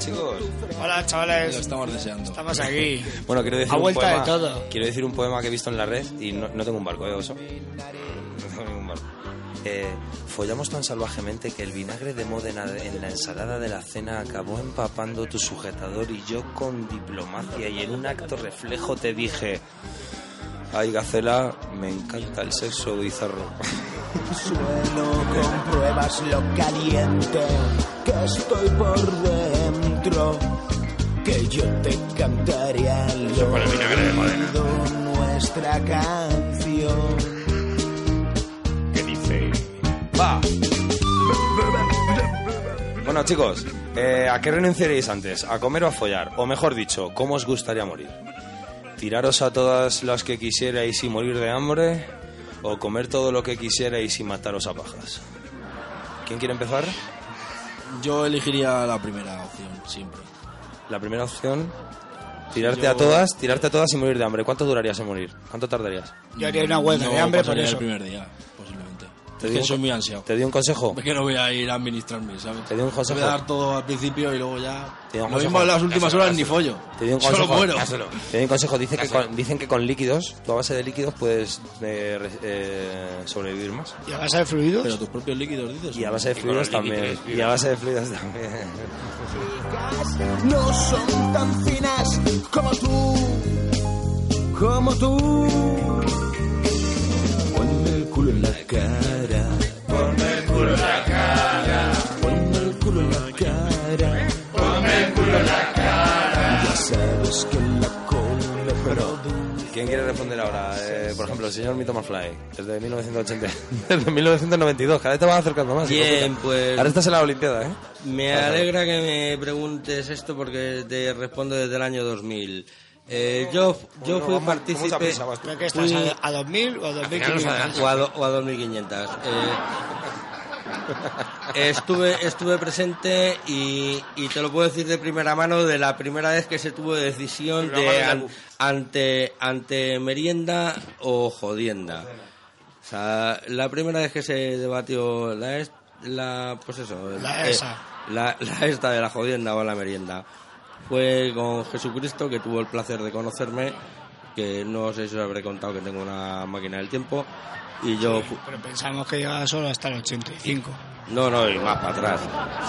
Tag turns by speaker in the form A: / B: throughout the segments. A: chicos?
B: Hola, chavales.
C: Lo estamos deseando.
B: Estamos aquí.
A: Bueno, quiero decir
B: A
A: un
B: vuelta
A: poema.
B: de todo.
A: Quiero decir un poema que he visto en la red y no, no tengo un barco, ¿eh, oso? No tengo ningún barco. Eh, follamos tan salvajemente que el vinagre de Módena en la ensalada de la cena acabó empapando tu sujetador y yo con diplomacia y en un acto reflejo te dije... Ay, Gacela, me encanta el sexo bizarro.
D: Suelo compruebas lo caliente que estoy por dentro. Que yo te cantaré al oído nuestra canción.
E: que dice...
A: ¡Va! Bueno, chicos, eh, ¿a qué renunciaréis antes? ¿A comer o a follar? O mejor dicho, ¿cómo os gustaría morir? ¿Tiraros a todas las que quisierais y morir de hambre? ¿O comer todo lo que quisierais y mataros a pajas? ¿Quién quiere empezar?
C: Yo elegiría la primera opción, siempre.
A: La primera opción, tirarte a todas, tirarte a todas y morir de hambre. ¿Cuánto durarías en morir? ¿Cuánto tardarías?
B: Yo haría una huelga
C: No
B: de hambre por
C: pasaría
B: eso.
C: el primer día, posiblemente.
A: Te
C: Es
A: digo-
C: que soy muy ansiado.
A: Te doy un consejo.
C: Es que no voy a ir a administrarme, ¿sabes?
A: Te doy un consejo.
C: Voy a dar todo al principio y luego ya...
A: Te doy
C: Lo
A: un consejo.
C: mismo en las últimas
A: Dáselo,
C: horas ni follo.
A: Te doy un
C: Solo
A: consejo.
C: muero.
A: dáselo. Te doy un consejo. Dice que con, dicen que con líquidos, tu base de líquidos, puedes eh, re- eh, sobrevivir más.
B: ¿Y a base de fluidos?
C: Pero tus propios líquidos, dices.
A: Y a base de fluidos también. Y a base de fluidos también.
D: No son tan finas como tú, como tú. Ponme el culo en la cara. Ponme el culo en la cara. Ponme el culo en la cara. Ponme el culo en la cara. Ya sabes que la col me produce.
A: ¿Quién quiere responder ahora? Eh, por ejemplo, el señor Mito Fly. Desde 1980. Desde 1992. Cada vez te vas acercando más. hijo de
F: Bien,
A: puta.
F: pues-
A: Ahora estás en la Olimpiada, ¿eh?
F: Me alegra que me preguntes esto porque te respondo desde el año 2000. Eh, yo, yo
A: Bueno, vamos, con
F: fui
A: mucha
F: partícipe...
A: prisa, vas.
B: ¿Pero qué estás? ¿A, a 2000 o a 2500?
F: o a, do- o a 2500. Eh, estuve, estuve presente y, y te lo puedo decir de primera mano de la primera vez que se tuvo decisión de an- ante, ante merienda o jodienda. O sea, la primera vez que se debatió la, es- la pues eso,
B: La
F: eh,
B: esa.
F: la, la esta de la jodienda o la merienda fue con Jesucristo que tuvo el placer de conocerme, que no sé si os habré contado que tengo una máquina del tiempo y yo fu-
B: Pero pensamos que llegaba solo hasta el 85.
F: no, no, y más para atrás.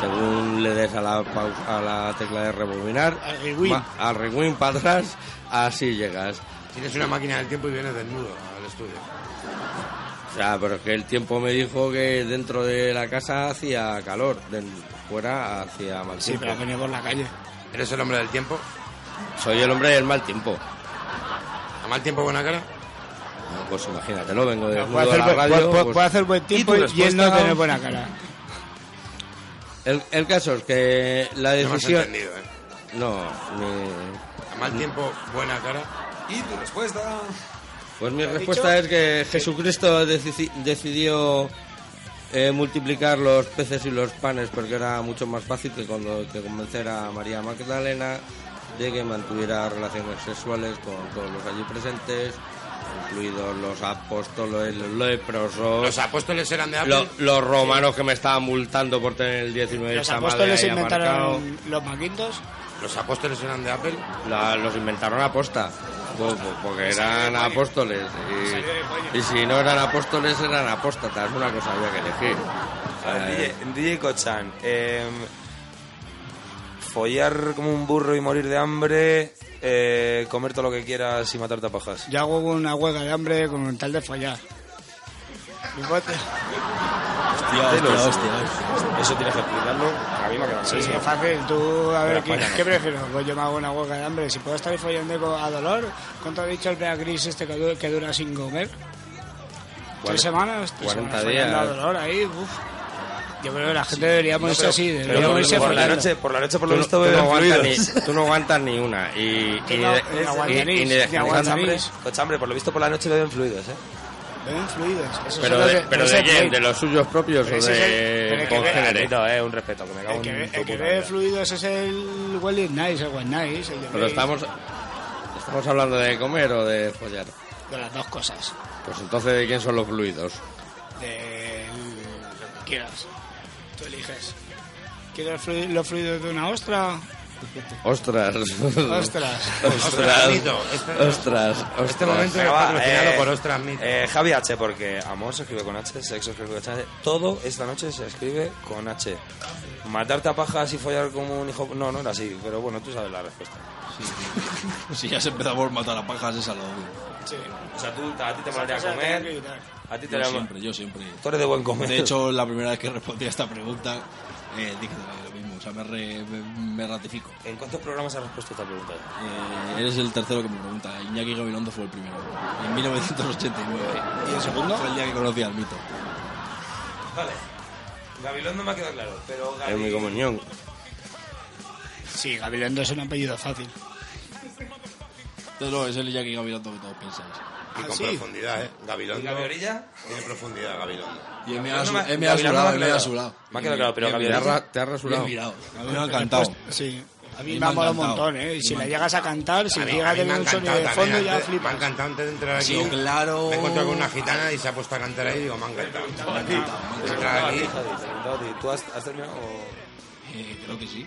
F: Según le des a la, pau- a la tecla de rebobinar,
B: Al rewind.
F: ma- al rewind para atrás, así llegas.
G: Tienes una máquina del tiempo y vienes desnudo al estudio.
F: O sea, pero es que el tiempo me dijo que dentro de la casa hacía calor, de fuera hacía mal
B: Sí,
F: tiempo.
B: pero venía por la calle.
G: ¿Eres el hombre del tiempo?
F: Soy el hombre del mal tiempo.
G: ¿A mal tiempo, buena cara?
F: Ah, Pues imagínatelo, vengo de
B: Puede hacer,
F: la
B: buen-
F: radio.
B: puede-
F: pues-
B: puede hacer buen tiempo y, y él no tener buena cara.
F: el, el caso es que la
G: No me has
F: decisión...
G: entendido, ¿eh?
F: No, ni-
G: A mal tiempo, buena cara.
A: Y tu respuesta.
F: Pues mi respuesta es que Jesucristo deci- decidió eh, multiplicar los peces y los panes porque era mucho más fácil que, cuando, que convencer a María Magdalena de que mantuviera relaciones sexuales con todos los allí presentes, incluidos los apóstoles, los
G: ¿Los
F: leprosos,
G: apóstoles eran de Apple?
F: lo- los romanos que me estaban multando por tener el 19
B: Los
F: chamade
B: apóstoles
F: ahí aparcado.
B: inventaron los maquintos.
G: ¿Los apóstoles eran de Apple?
F: La- los inventaron aposta, po- po- porque eran apóstoles. Y, y si no eran apóstoles, eran apóstatas. Una cosa había que elegir.
A: DJ, DJ Cochan, eh, follar como un burro y morir de hambre, eh, comer todo lo que quieras y matarte a pajas.
B: Yo hago una huelga de hambre con tal de follar. Y vos te-
C: Hostia, hostia, hostia, hostia.
A: Eso tienes que explicarlo. A mí me ha quedado
B: Sí, sí,
A: clarísimo.
B: es fácil. Tú, a ver,
A: Pero
B: ¿qué,
A: follan.
B: qué prefiero? Pues yo me hago una huelga de hambre. Si puedo estar follando co- a dolor, ¿cuánto ha dicho el Beatriz este que, du- que dura sin comer? ¿Tres semanas? Tres
F: 40
B: semanas follando
F: días.
B: a dolor ahí, uf. Yo creo que la gente debería ponerse
A: Pero-
B: así,
A: pero
B: debería
A: por-
B: ponerse
A: por la
B: follando.
A: noche, por la noche por
F: Tú,
A: lo
F: no-
A: visto
F: tú no
A: beben
F: aguantas
A: fluidos.
F: ni, tú no aguantas ni una. Y, y,
B: Que no-
F: de-
B: ni aguantaréis,
F: y- y
B: ni
F: dejas
B: aguantaréis.
F: hambre.
A: Cochambre, por lo visto por la noche beben fluidos, ¿eh?
B: Beben fluidos. Esos
F: Pero
B: son los
F: de, pero
B: los
F: de quién?
B: Blade.
F: ¿De los suyos propios o
B: Pero ese es el-
F: de
B: pero que
F: congénere?
A: No, eh, un respeto, que me cago
B: El que,
A: en
B: ve,
A: tu
B: el que
A: puta
B: bebe
A: vida.
B: fluidos es el Welly Nice, el One Nice. El de
F: Pero
B: Blade.
F: estamos, estamos hablando de comer o de follar.
B: De las dos cosas.
F: Pues entonces, ¿de quién son los fluidos?
B: De lo que quieras. Tú eliges. ¿Quieres flu- los fluidos de una ostra
F: Ostras.
B: Ostras.
G: Ostras,
F: Ostras.
G: mito, espera.
F: Ostras.
G: Este
F: ostras.
G: momento es
A: Venga, va,
G: patrocinado
A: eh,
G: por Ostras Mito.
A: eh, Javi H, porque amor se escribe con H, sexo se escribe con H. Todo esta noche se escribe con H. Matarte a pajas y follar como un hijo. No, no era así, pero bueno, tú sabes la respuesta.
C: Si ya se empezó por matar a pajas, esa lo odio.
B: Sí.
A: O sea, tú a ti te
B: Esa
A: molaría
B: cosa la tengo que
A: comer.
F: eh.
B: evitar.
A: A ti te
C: Yo
A: la
C: siempre, yo siempre.
A: Tú eres de buen comer.
C: De hecho, la primera vez que respondí a esta pregunta, eh, dije lo mismo. O sea, me, re- me- Eh, me ratifico.
A: ¿en cuántos programas has respuesto esta pregunta?
C: Eh, eres el tercero que me pregunta. Iñaki Gabilondo fue el primero. En 1989. ¿Y el segundo? Fue el día que conocí al mito.
A: Vale. Gabilón no me ha quedado claro, pero
C: Eh,
A: Gabi-
F: En mi comunión.
B: Sí, Gabilondo es un apellido fácil.
C: No, no, es el Iñaki Gabilondo que todos pensáis.
G: y con
B: ¿Ah, sí.
G: profundidad, ¿eh?
A: ¿Y
G: Gabilondo.
A: Gabi Orilla?
G: Tiene profundidad, Gabilondo.
C: Y él me ha
A: Gabilondo me ha-
C: asu- él me
A: Gabilondo me
C: ha
A: ha
C: asurado, él me
A: aclarado.
C: ha asurado.
A: Me ha quedado claro, pero
C: Bien,
F: Te
A: Gabilondo-
C: bien,
F: ha, te ha rasurado.
C: Bien mirado. A mí me ha encantado.
B: Sí. A
C: A
B: mí
C: mí
B: me ha
C: me
B: molado un
C: encantado.
B: montón, ¿eh? Y si
C: Me
B: la
C: ha
B: llegas a cantar, si
G: A mí-
B: llega
G: a
B: a
G: mí
B: tener un sonido de
G: también
B: fondo, ya
G: antes- Me ha
B: flipas.
G: encantado antes de entrar aquí.
C: Sí, claro.
G: Me he encontrado con una gitana y se ha puesto a cantar ahí y digo, me ha encantado. Entrar
A: Gabi,
G: aquí.
A: Javi, te he preguntado a ti. ¿Tú has, has terminado o-
C: Eh, creo que sí.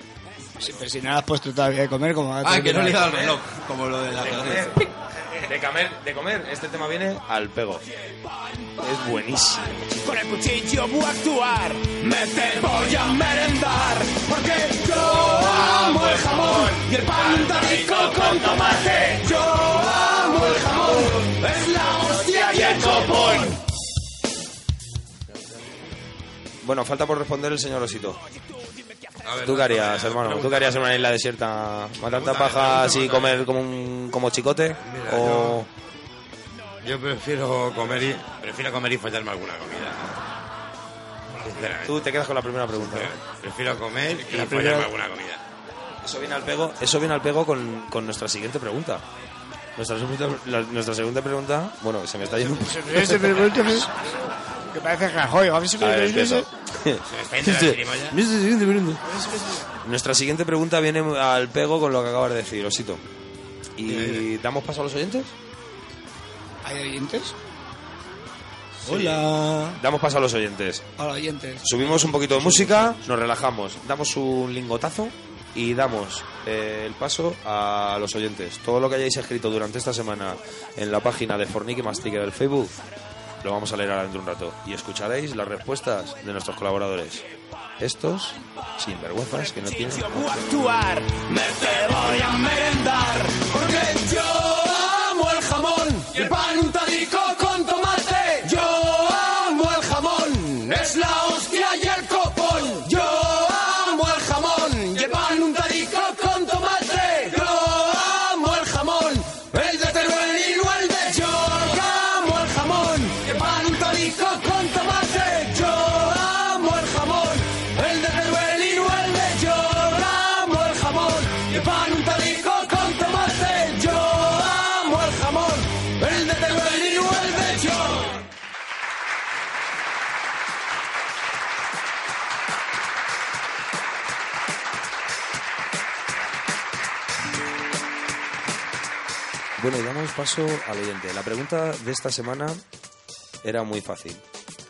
B: Sí, pero si no la has puesto todavía de comer, como
C: Ah, que no le he dado el reloj, como lo de la
A: de
C: ajedrez.
A: comer? De comer, de comer. Este tema viene al pego. Es buenísimo.
D: Con el cuchillo voy a actuar, me te voy a merendar, porque yo amo el jamón y el pan está rico con tomate. eh. Yo amo el jamón, es la hostia y el copón.
A: Bueno, falta por responder el señor Osito.
G: A ver,
A: ¿Tú qué harías,
G: pregunta,
A: hermano? ¿Tú qué
G: pregunta.
A: harías en una isla desierta? ¿Matarte a pajas y comer como un como chicote?
G: Mira,
A: ¿O
G: Yo prefiero comer y, prefiero comer y fallarme alguna comida. Sinceramente.
A: tú te quedas con la primera pregunta?
G: Prefiero comer y
A: La
G: fallarme
A: primera-
G: alguna comida.
A: Eso viene al pego, eso viene al pego con, con nuestra siguiente pregunta. Nuestra, segunda- la- nuestra segunda pregunta, bueno, se me está yendo un poco.
B: Ese pregunta pues, que parece Rajoy. A ver si
A: A ver,
B: me
A: empiezo.
G: Se me está yendo la chirimoya.
A: Nuestra siguiente pregunta. Nuestra siguiente pregunta viene al pego con lo que acabas de decir, Osito. ¿Y damos paso a los oyentes?
B: ¿Hay oyentes? Ah.
C: Hola.
A: Damos paso a los oyentes.
B: Hola, oyentes.
A: Subimos un poquito de música, nos relajamos, damos un lingotazo y damos eh, el paso a los oyentes. Todo lo que hayáis escrito durante esta semana en la página de Fornique Mastique del Facebook, lo vamos a leer ahora dentro de un rato y escucharéis las respuestas de nuestros colaboradores. Estos, sinvergüenzas, que no tienen...
D: Yo voy a actuar, me te voy a merendar, porque yo amo el jamón y el pan untadico con tomate. Yo amo el jamón, es la hostia y el copón. Yo amo el jamón y el pan untadico con tomate. Yo amo el jamón, el de Teruel y no el de York. Amo el jamón y el pan untadico con tomate. Yo amo el jamón, el de Teruel y no el de York. Amo el jamón y el pan untadico con tomate. Yo amo el jamón, el de Teruel y no el de York.
A: Bueno, y damos paso al oyente. La pregunta de esta semana era muy fácil.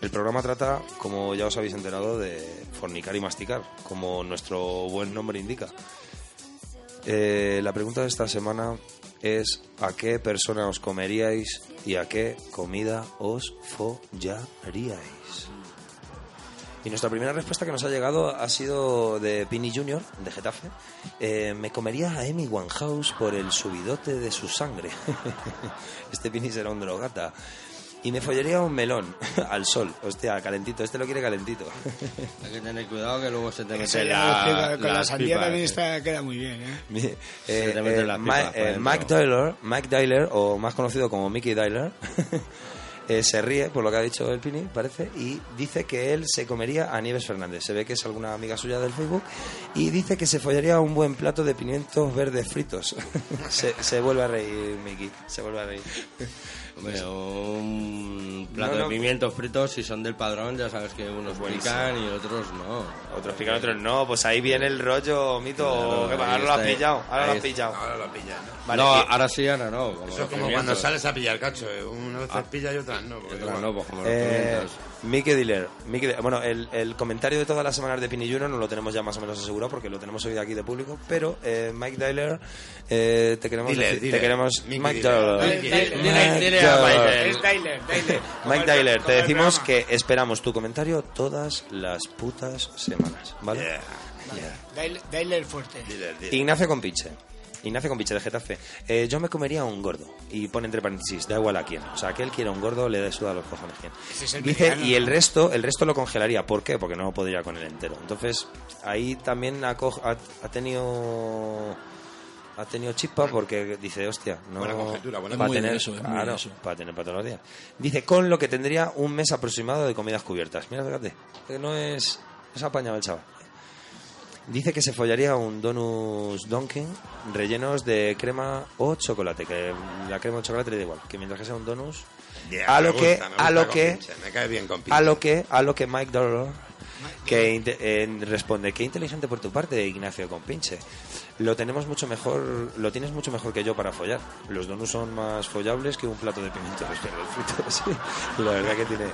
A: El programa trata, como ya os habéis enterado, de fornicar y masticar, como nuestro buen nombre indica. Eh, la pregunta de esta semana es ¿a qué persona os comeríais y a qué comida os follaríais? Y nuestra primera respuesta que nos ha llegado ha sido de Pini Junior, de Getafe. Eh, me comería a Amy Winehouse por el subidote de su sangre. este Pini será un drogata. Y me follaría un melón al sol. Hostia, calentito. Este lo quiere calentito.
F: Hay que tener cuidado que luego se te mete
B: Sí,
F: la,
B: la, con la sandía
F: pipa,
B: también
F: eh.
B: está, queda muy bien, ¿eh?
A: Eh,
F: Se te mete
A: eh,
F: la pipa
A: Ma-
F: para
A: eh,
F: dentro.
A: Mike Dyler, Mike Dyler, o más conocido como Mickey Dyler, eh, se ríe por lo que ha dicho el Pini, parece, y dice que él se comería a Nieves Fernández. Se ve que es alguna amiga suya del Facebook y dice que se follaría un buen plato de pimientos verdes fritos. se, se vuelve a reír, Mickey, se vuelve a reír.
F: Hombre, un plato
A: No, no.
F: de pimientos fritos, si son del padrón, ya sabes que unos pican y otros no.
A: Otros pican, otros no. Pues ahí viene el rollo, mito.
F: Claro,
A: que va,
F: ahí
A: ahora lo has
F: está, eh.
A: pillado, ahora lo
F: Ahí
A: has
F: está.
A: pillado.
G: Ahora lo pillas, ¿no?
A: Vale,
F: no,
A: y-
F: ahora sí, ahora no. como
G: Eso es
F: los
G: como
F: pimientos.
G: cuando sales a pillar cacho. ¿eh? Una vez
F: Ah.
G: pillas y otra no. porque
F: Y otras
G: igual.
F: no, pues como los
A: Eh,
F: pimientos.
A: Mike Diller. Mike Diller. Bueno, el, el comentario de todas las semanas de Pini Junior no lo tenemos ya más o menos asegurado porque lo tenemos hoy de aquí de público, pero eh, Mike Diller, eh, te queremos
G: Diller,
A: decir-
G: Diller.
A: te queremos
G: Mike
A: Mike
G: Diller.
A: Diller.
G: Mike
B: Diller.
A: Mike
G: Diller a
A: Diller.
G: Mike
B: Es Tyler, Tyler. Como
A: Mike
B: el-
A: Tyler, te
B: como el
A: decimos
B: programa.
A: que esperamos tu comentario todas las putas semanas, ¿vale?
G: Yeah.
A: Yeah.
B: Tyler- Tyler fuerte.
G: Diller, Diller.
A: Ignacio Compiche. Ignacio Compiche de Getafe. Eh, yo me comería a un gordo. Y pone entre paréntesis, da igual a quién. O sea, que él quiera un gordo, le da suda a los cojones quién.
B: Ese es el
A: Dice,
B: villano,
A: y el
B: ¿no?
A: resto, el resto lo congelaría. ¿Por qué? Porque no lo podría con el entero. Entonces, ahí también ha, co- ha- ha tenido. Ha tenido chispa porque dice, hostia, no.
G: Buena conjetura, buena
A: para
C: Es muy
A: tener,
C: grueso, es muy
A: claro,
C: grueso.
A: para tener para todos los días. Dice, con lo que tendría un mes aproximado de comidas cubiertas. Mira, fíjate, que no es. Es apañado el chaval. Dice que se follaría un donus Dunkin rellenos de crema o chocolate, que la crema o chocolate le da igual, que mientras que sea un donus
G: Yeah,
A: a
G: me
A: lo que
G: gusta, me
A: a
G: gusta
A: lo
G: con
A: que
G: pinche, me cae bien con pinche.
A: a lo que a lo que Mike Dollar que inte- eh, responde qué inteligente por tu parte Ignacio Compinche lo tenemos mucho mejor lo tienes mucho mejor que yo para follar los donuts son más follables que un plato de pimientos fritos sí. la verdad que tiene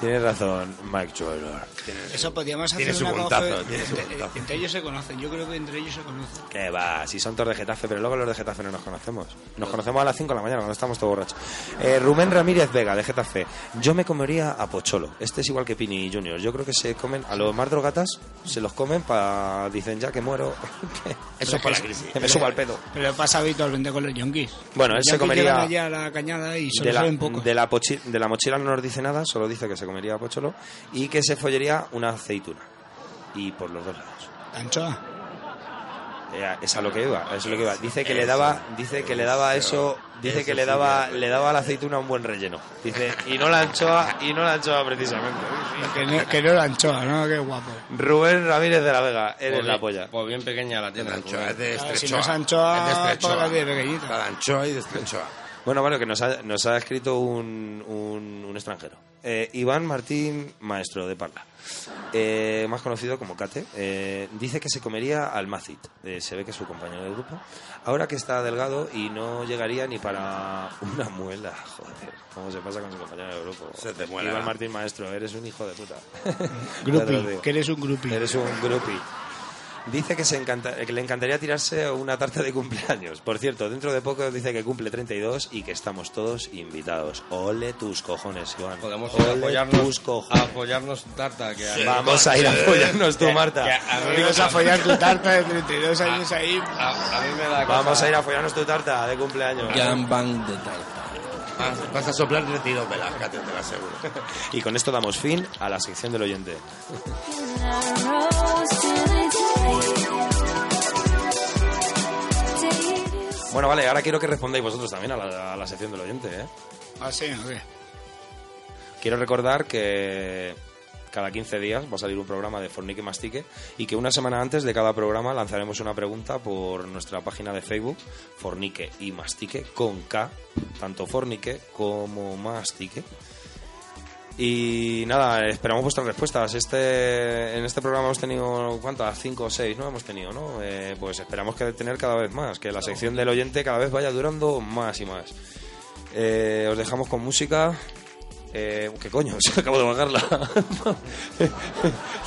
A: tiene razón Mike Dollar
B: Eso podríamos hacer
G: Tiene su
B: una
G: puntazo,
B: confe-
G: tiene su
B: entre-
G: puntazo.
B: Entre ellos se conocen, yo creo que entre ellos se conocen.
A: Que va, si son todos de Getafe, pero luego los de Getafe no nos conocemos. Nos conocemos a las 5 de la mañana cuando estamos todos borrachos. Eh, Rubén Ramírez Vega, de Getafe. Yo me comería a Pocholo. Este es igual que Pini Junior. Yo creo que se comen, a los más drogatas, se los comen para. Dicen ya que muero,
G: Eso es para la crisis.
A: que me suba al pedo.
B: Pero pasa habitualmente con los yonkis.
A: Bueno, él
B: Los
A: se
B: yonkis
A: comería-
B: llegan allí a la cañada y solo
A: De la,
B: saben poco.
A: de, la pochi- de la mochila no nos dice nada, solo dice que se comería a Pocholo y que se follaría una aceituna. Y por los dos lados.
B: Anchoa.
A: Eh, Es a lo que iba, es a lo que iba. Dice que le daba, dice que le daba eso, dice que le daba, le daba a la aceituna un buen relleno. Dice, y no la anchoa, y no la anchoa precisamente.
B: Que no, que no la anchoa, ¿no? Qué guapo.
A: Rubén Ramírez de la Vega, eres la polla.
F: Pues Ah, bien pequeña la
G: Es de
F: tienda.
G: anchoa, es de
B: Claro,
G: estrechoa.
B: si no es anchoa,
G: es de estrechoa.
A: ¿eh?
B: toda la vida pequeñita.
G: Para anchoa y de estrechoa.
A: Bueno, bueno, que nos ha, nos ha escrito un, un, un extranjero. Eh, Iván Martín Maestro de Parla, eh, más conocido como Cate, eh, dice que se comería al Macit. Eh, se ve que es su compañero de grupo. Ahora que está delgado y no llegaría ni para una muela. Joder, ¿cómo se pasa con su compañero de grupo?
G: Se te muela.
A: Iván Martín Maestro, eres un hijo de puta. Ya te lo
B: Grupi,
A: digo.
B: que eres un grupi.
A: Eres un groupie. Dice que, se encanta- que le encantaría tirarse una tarta de cumpleaños. Por cierto, dentro de poco dice que cumple 32 y que estamos todos invitados. Ole tus cojones, Iván.
F: Podemos ir Pues a
A: Ole tus
F: apoyarnos, a
A: cojones.
F: apoyarnos tarta. Que
A: Vamos a ir a
G: Pues
A: apoyarnos tú,
F: que
A: Marta.
F: a mí-
B: Te vas a follar tu tarta de 32 años ahí.
F: a, a mí me da cosa.
A: Vamos a ir a apoyarnos tu tarta de cumpleaños.
C: Gangbang de tarta.
G: Vas, vas a soplar de tiro de las te lo aseguro.
A: Y con esto damos fin a la sección del oyente. Bueno, vale, ahora quiero que respondáis vosotros también a la, a la sección del oyente, ¿eh?
B: Ah, sí, ¿o qué?
A: Quiero recordar que cada 15 días va a salir un programa de Fornique y Mastique y que una semana antes de cada programa lanzaremos una pregunta por nuestra página de Facebook, Fornique y Mastique, con K, tanto Fornique como Mastique. Y nada, esperamos vuestras respuestas. Este, en este programa hemos tenido, ¿cuántas? Cinco o seis, ¿no? Hemos tenido, ¿no? Eh, pues esperamos que tener cada vez más, que la sección del oyente cada vez vaya durando más y más. Eh, os dejamos con música. Eh, ¿Qué coño? Se acabo de bajarla.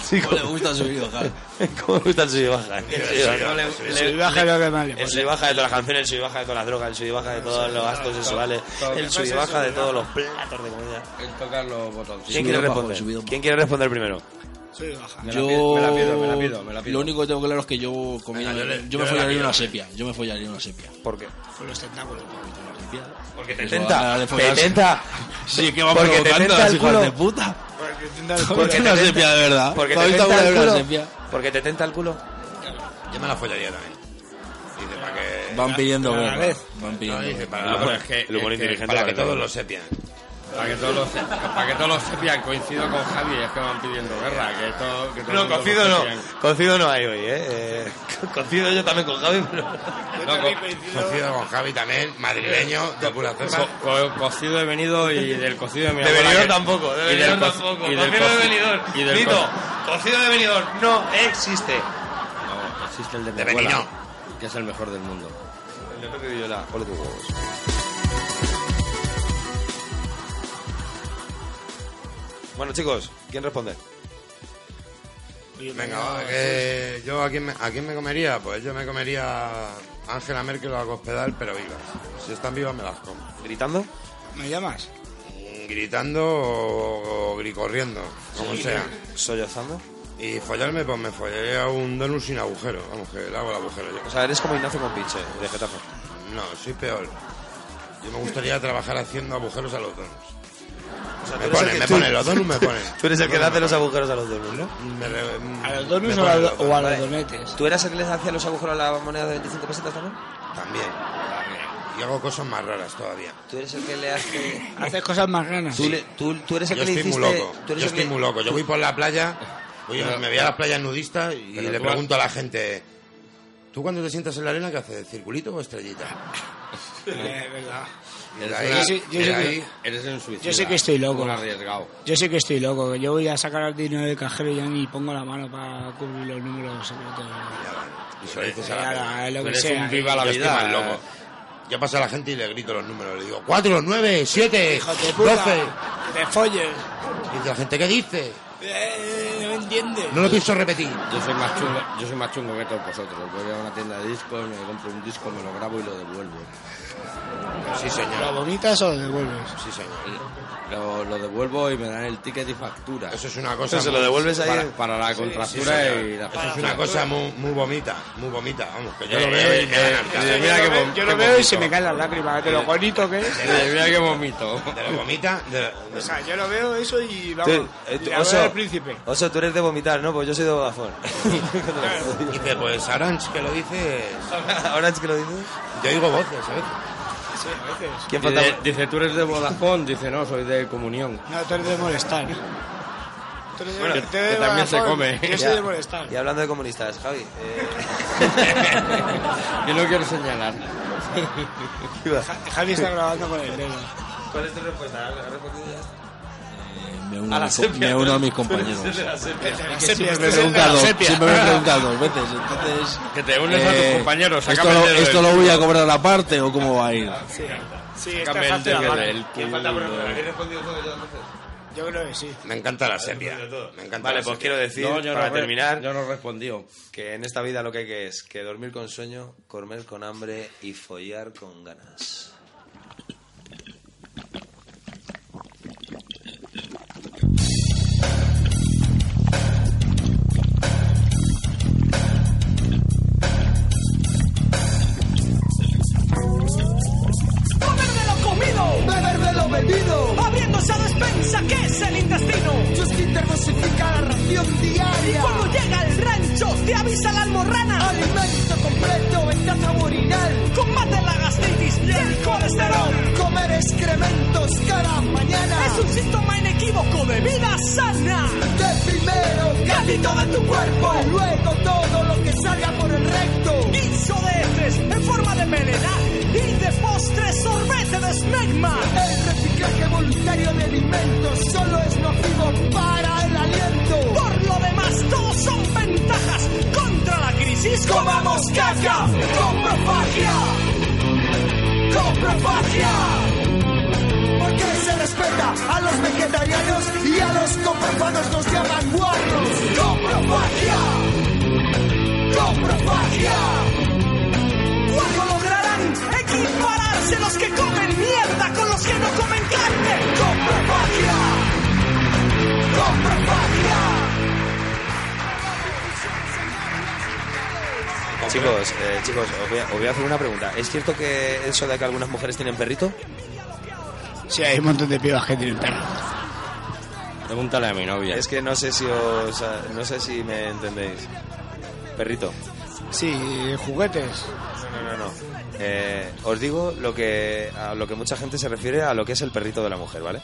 A: sí,
C: ¿Cómo le gusta su video, claro?
A: ¿Cómo me gusta el sub y
B: El subibaja
A: baja?
B: es lo que más le
A: El
B: mola.
A: sub y baja de todas las canciones, el sub y baja de todas las drogas, el sub y baja de todos los gastos sexuales, el sub y baja de todos los Ah, platos de comida.
F: El tocar los botones.
A: ¿Quién
C: Subido
A: quiere
C: bajo,
A: responder?
C: subido bajo.
A: ¿Quién quiere responder primero?
B: Subibaja.
F: Me la
C: Yo...
F: pido, me la pido, me la pido, me la pido.
C: Lo único que tengo claro es que yo comía... yo, me follaría una sepia. Yo me follaría una sepia. Eh,
A: ¿Por qué?
B: Con los tentáculos.
A: Porque te
C: Eso,
A: tenta.
C: ahora de
A: Te
C: follarse.
A: tenta.
C: Sí, que va
A: Porque te
C: provocando
A: tenta
C: las
A: el
C: hijas
A: culo.
C: de puta.
A: Porque
C: Porque
A: te
C: una
A: tenta-
C: sepia de verdad.
A: Porque
C: ¿Tú has
A: te
C: visto
A: tenta el
C: alguna vez una
A: culo.
C: sepia?
A: Porque te tenta el culo.
G: Yo me la follaría también. Dice, para que...
C: Van pidiendo
B: Cada
C: guerra.
B: vez.
C: Van
G: No,
C: pidiendo
G: dice,
C: guerra.
G: para,
A: El humor-
G: pero es que-
A: el humor
G: es que
A: inteligente
G: para
A: vale
G: que todos
A: todo.
G: lo sepan.
H: Para que todos los, para que todos los sepian, coincido con Javi, es que van pidiendo guerra, que todo, que todo el
A: No,
H: mundo
A: cocido
H: lo
A: no.
H: sepian.
A: Cocido no hay hoy, ¿eh? Eh, Cocido yo también con Javi, pero...
G: Coincido con Javi también, madrileño, de pura cepa.
H: Co- co- cocido he venido y del cocido de mi
A: De
H: abuela
A: Benidorm
H: que-
A: tampoco, de
H: y del
A: Benidorm
H: co-
A: tampoco.
H: y
A: Cocido
H: del
A: de
H: co-
A: Benidorm.
H: y del
A: Mito,
H: co-
A: cocido de Benidorm no existe.
F: Existe el de,
G: De
F: mi abuela,
G: Benino.
F: que es el mejor del mundo.
A: Bueno, chicos, ¿quién responde?
G: Venga, va, que yo a quién, me, a quién me comería, pues yo me comería a Angela Merkel o a Cospedal, pero vivas. Si están vivas me las como.
A: ¿Gritando?
B: ¿Me llamas?
G: Mm, Gritando o, o gricorriendo, como sea.
A: ¿Sollozando?
G: Y follarme, pues me follaría a un donut sin agujero. Vamos, que le hago el agujero yo.
A: O sea, eres como Ignacio con Piche, de Getafe.
G: No, soy peor. Yo me gustaría trabajar haciendo agujeros a los donuts.
A: O sea,
G: Me
A: tú eres el
G: ponen,
A: que-
G: me
A: tú-
G: ponen, los donuts me ponen.
A: Tú eres el que le hace los
G: agujeros.
A: agujeros a los donuts, ¿no?
B: ¿A los donuts o a, lo- o a los donetes?
A: ¿Tú eras el que les hacía los agujeros a la moneda de 25 pesetas también?
G: También. Y hago cosas más raras todavía.
A: ¿Tú eres el que le hace...?
B: Haces cosas más ganas.
A: ¿Tú, le- tú, tú eres el
G: Yo
A: que le
G: estoy
A: hiciste...
G: muy loco.
A: tú eres
G: Yo
A: el que-
G: estoy muy loco. Yo voy por la playa, voy- me voy a las playas nudistas y
I: Pero
G: le
I: tú has-
G: pregunto a la gente, ¿tú cuando te sientas en la arena qué haces? ¿Circulito o estrellita?
B: Eh, verdad.
G: Y de
B: Yo
G: ahí,
B: sí- yo
G: de
B: sí que-
G: ahí,
F: Eres un suicida.
B: Yo sé que estoy loco.
F: Un arriesgado.
B: Yo sí que estoy loco. que Yo voy a sacar el dinero del cajero y ya ni pongo la mano para cubrir los números secretos. Eh,
G: y se lo dices a la gente.
B: Nada, es lo
I: Tú
B: que
I: eres
B: sea. eh.
I: un viva la
G: Yo estoy
I: vida.
G: más eh, loco. Yo paso a la gente y le grito los números. Le digo, 4, 9, 7,
B: Hijo de puta.
G: 12.
B: Te folles.
G: Y dice la gente, ¿qué dice?
B: Eh, no me entiendes.
G: No lo pienso repetir.
F: Yo soy más chungo, yo soy más chungo que todos vosotros. Voy a una tienda de discos, me compro un disco, me lo grabo y lo devuelvo.
G: Sí,
B: ¿Lo
G: señor.
B: vomitas o lo devuelves?
G: Sí, señor.
F: Lo, lo devuelvo y me dan el ticket y factura.
G: Eso es una cosa...
A: se lo
G: muy-
A: devuelves ahí...
F: para, para la contractura
G: señor.
F: y la
G: Eso es una cosa muy, muy bonita, muy bonita, vamos, que yo
I: Eh,
G: lo veo y me
I: eh,
G: dan al
I: eh, mira que
B: Yo lo
I: qué
B: veo y
I: bonito.
B: se me caen las lágrimas. De lo bonito que es.
I: Eh, Mira que vomito.
G: De la gomita, de la-
B: O sea, yo lo veo eso y
A: Tú,
B: vamos.
A: eh, tú-
B: y a ver
A: oso,
B: al príncipe.
A: Oso, tú eres de vomitar, ¿no? Pues yo soy de Vodafone.
G: Dice, pues Aranch que lo dice...
A: Ahora es que lo dices.
G: Yo digo voces,
F: ¿eh?
G: ¿sabes?
B: Sí, a veces.
A: ¿Quién falta?
F: Dice, dice, tú eres de Vodafone, dice, no, soy de Comunión.
B: No, tú eres de molestar. Tú eres de-
I: Bueno,
B: tú eres
I: que
B: de
I: también se
B: Vodafone,
I: come.
B: Yo soy de molestar.
A: Y hablando de comunistas, Javi. eh,
F: Yo no quiero señalar.
B: Javi está grabando con el dedo.
A: ¿Cuál es tu respuesta? ¿Has respondido ya?
F: Me uno
A: A la
F: mis-
A: sepia.
F: me uno a mis compañeros.
B: Sepia,
F: me
B: este es el de la
F: preguntas dos,
B: sepia.
F: siempre me preguntas dos veces, entonces...
I: Que te unes a
F: eh,
I: tus compañeros.
F: esto
I: sácame el
F: lo,
I: dedo
F: esto
I: del
F: lo
I: culo.
F: voy a cobrar aparte o cómo va a ir.
B: Sí, está
I: Sácame el
B: fácil la
I: dedo
B: mano.
I: del culo.
B: Yo creo que sí.
G: Me encanta la sepia. Me encanta
A: Vale,
G: la
A: pues
G: sepia.
A: quiero decir,
F: No, yo no
A: para
F: re-
A: terminar,
F: Yo no respondí.
A: que en esta vida lo que hay que es que dormir con sueño, comer con hambre y follar con ganas.
D: Comer de lo comido, beber de lo bebido, abriendo esa despensa que es el intestino. Justin te dosifica la ración diaria. Cuando llega al rancho, te avisa la almorrana. Alimento completo en taza urinal. Combate la gastritis y el colesterol. Comer excrementos cada mañana. Es un sistema inequívoco de vida sana. De primero, casi todo en tu cuerpo. Luego todo lo que salga por el recto. Guiso de heces en forma de melena y de postre sorbete de smegma. El reciclaje voluntario de alimentos solo es nocivo para el aliento. Por lo demás, todos son ventajas contra la crisis. ¡Comamos caca! ¡Comprofagia! ¡Comprofagia! Porque se respeta a los vegetarianos y a los comprofanos nos llaman guarros. ¡Comprofagia! ¡Comprofagia! ¿Cuándo lograrán equipararse los que comen mierda con los que no comen carne? ¡Compra patria! ¡Compra patria!
A: Chicos, eh, chicos, os voy, a, os voy a hacer una pregunta. ¿Es cierto que eso de que algunas mujeres tienen perrito?
B: Sí, hay un montón de pibas que tienen perro.
F: Pregúntale a mi novia.
A: Es que no sé si os, eh, no sé si me entendéis. Perrito.
B: Sí, eh, juguetes.
A: No, no, no. Eh, os digo lo que, a lo que mucha gente se refiere a lo que es el perrito de la mujer, ¿vale?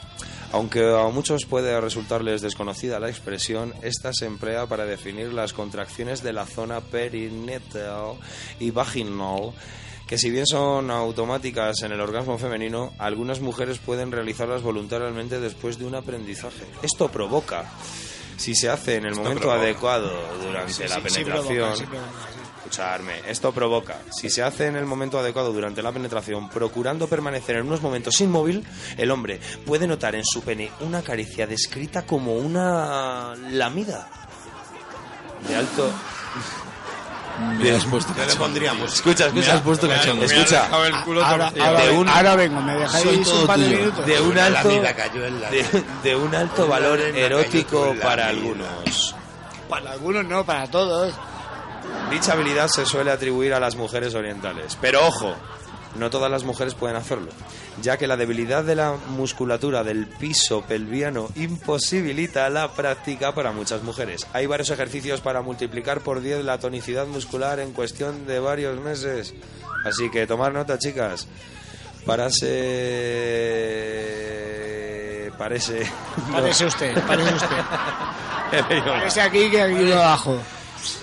A: Aunque a muchos puede resultarles desconocida la expresión, esta se emplea para definir las contracciones de la zona perinetal y vaginal, que si bien son automáticas en el orgasmo femenino, algunas mujeres pueden realizarlas voluntariamente después de un aprendizaje. Esto provoca Si se hace en el
G: Esto
A: momento
G: provoca.
A: adecuado durante
B: Sí,
A: la
B: sí, sí
A: penetración,
B: provoca, sí provoca, sí.
A: escucharme, esto provoca. Si se hace en el momento adecuado durante la penetración, procurando permanecer en unos momentos inmóvil, el hombre puede notar en su pene una caricia descrita como una lamida de alto.
C: Me has puesto
G: Yo le
C: cachondo.
G: pondría música.
A: Pues Escucha,
C: Me
A: escucha.
C: has puesto
A: Escucha,
C: cachondo.
A: escucha.
H: dejado el culo
B: Ahora,
H: torcido.
B: ahora
A: de
B: ven-
A: un-
B: ahora vengo, ¿me
C: Soy
B: dejáis
C: todo
B: un par de
C: tuyo.
B: minutos?
A: de un
G: Una
A: alto
G: lámina cayó en la-
A: de, de un alto
G: Una
A: valor
G: lámina cayó
A: erótico
G: con la
A: para
G: lámina.
A: algunos.
B: Para algunos no, para todos.
A: Dicha habilidad se suele atribuir a las mujeres orientales, pero ojo, no todas las mujeres pueden hacerlo, ya que la debilidad de la musculatura del piso pelviano imposibilita la práctica para muchas mujeres. Hay varios ejercicios para multiplicar por 10 la tonicidad muscular en cuestión de varios meses, así que tomar nota, chicas. Parase parece
B: Parece usted, parece usted. Parece aquí que aquí lo abajo.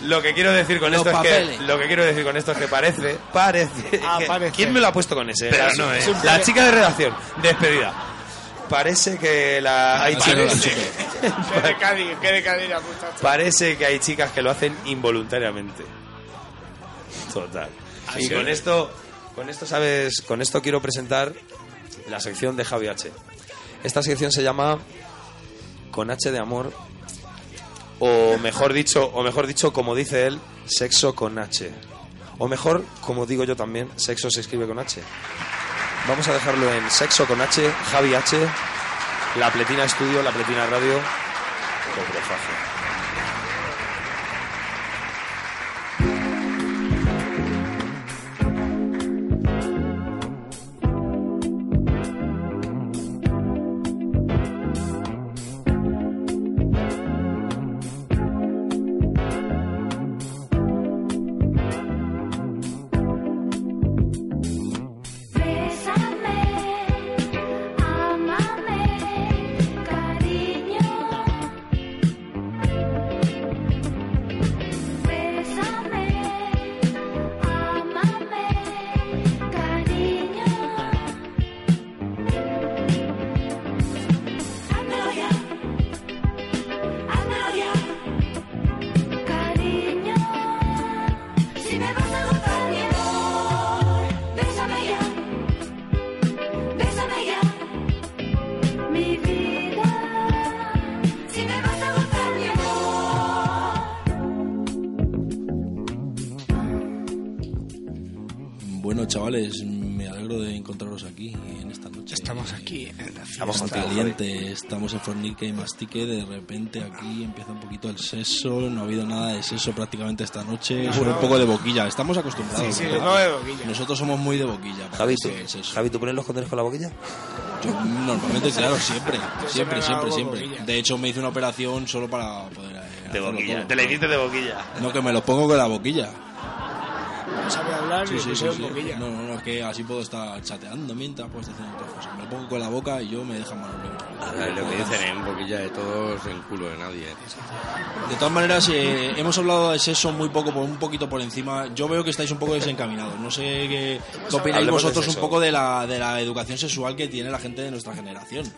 A: Lo que quiero decir con
C: Los
A: esto es que
C: papeles.
A: lo que quiero decir con esto es que parece, parece.
B: Ah,
A: que-
B: parece.
A: ¿Quién me lo ha puesto con ese?
G: Pero
A: la,
G: no eh. es.
A: la chica de redacción, despedida. Parece que
G: Ah,
A: la hay
C: Parece.
A: chicas,
B: Qué de Cádiz, qué de Cádiz la puta.
A: parece que hay chicas que lo hacen involuntariamente. Total. Y con esto con esto sabes, con esto quiero presentar la sección de Javi H. Esta sección se llama con H de amor o mejor dicho, o mejor dicho, como dice él, sexo con H. O mejor, como digo yo también, sexo se escribe con H. Vamos a dejarlo en sexo con H, Javi H, La Pletina Estudio, La Pletina Radio, Coprofagia.
I: Bésame, amame, cariño. Bésame, amame, cariño. Házmelo ya, házmelo ya, cariño. Si me vas a gozar mi amor, bésame ya, bésame ya, mi vida. Si me vas a gozar mi amor.
C: Bueno, chavales, me alegro de encontraros aquí en esta noche.
B: Estamos aquí en la fiesta.
A: Vamos
C: Está
A: contigo,
C: caliente, estamos en fornique y mastique, de repente aquí empieza un poquito el seso, no ha habido nada de seso prácticamente esta noche, solo un poco de boquilla, estamos acostumbrados.
B: Sí, sí,
C: ¿verdad?
B: no de boquilla.
C: Nosotros somos muy de boquilla. para
A: Javi,
C: que
A: ¿tú,
C: sea el seso.
A: Javi, ¿tú pones los condones con la boquilla?
C: Yo normalmente, claro, siempre,
B: siempre me
C: siempre, siempre,
B: hago
C: siempre.
B: boquilla.
C: De hecho, me hice una operación solo para poder... eh, hacerlo todo.
A: de boquilla.
C: No, que me lo pongo con la boquilla.
B: No sabe hablar
C: Sí,
B: ni
C: sí, sí,
B: pusieron
C: sí.
B: boquilla.
C: No, no, no, es que así puedo estar chateando mientras puedo estar haciendo otras cosas. Me lo pongo con la boca y yo me dejan manos libres.
F: Lo que dicen en boquilla de todos, en culo de nadie. ¿eh?
C: De todas maneras, eh, hemos hablado de sexo muy poco, por un poquito por encima. Yo veo que estáis un poco desencaminados. No sé qué, qué opináis
A: Hablemos de
C: vosotros un
A: sexo.
C: poco de la, de la educación sexual que tiene la gente de nuestra generación.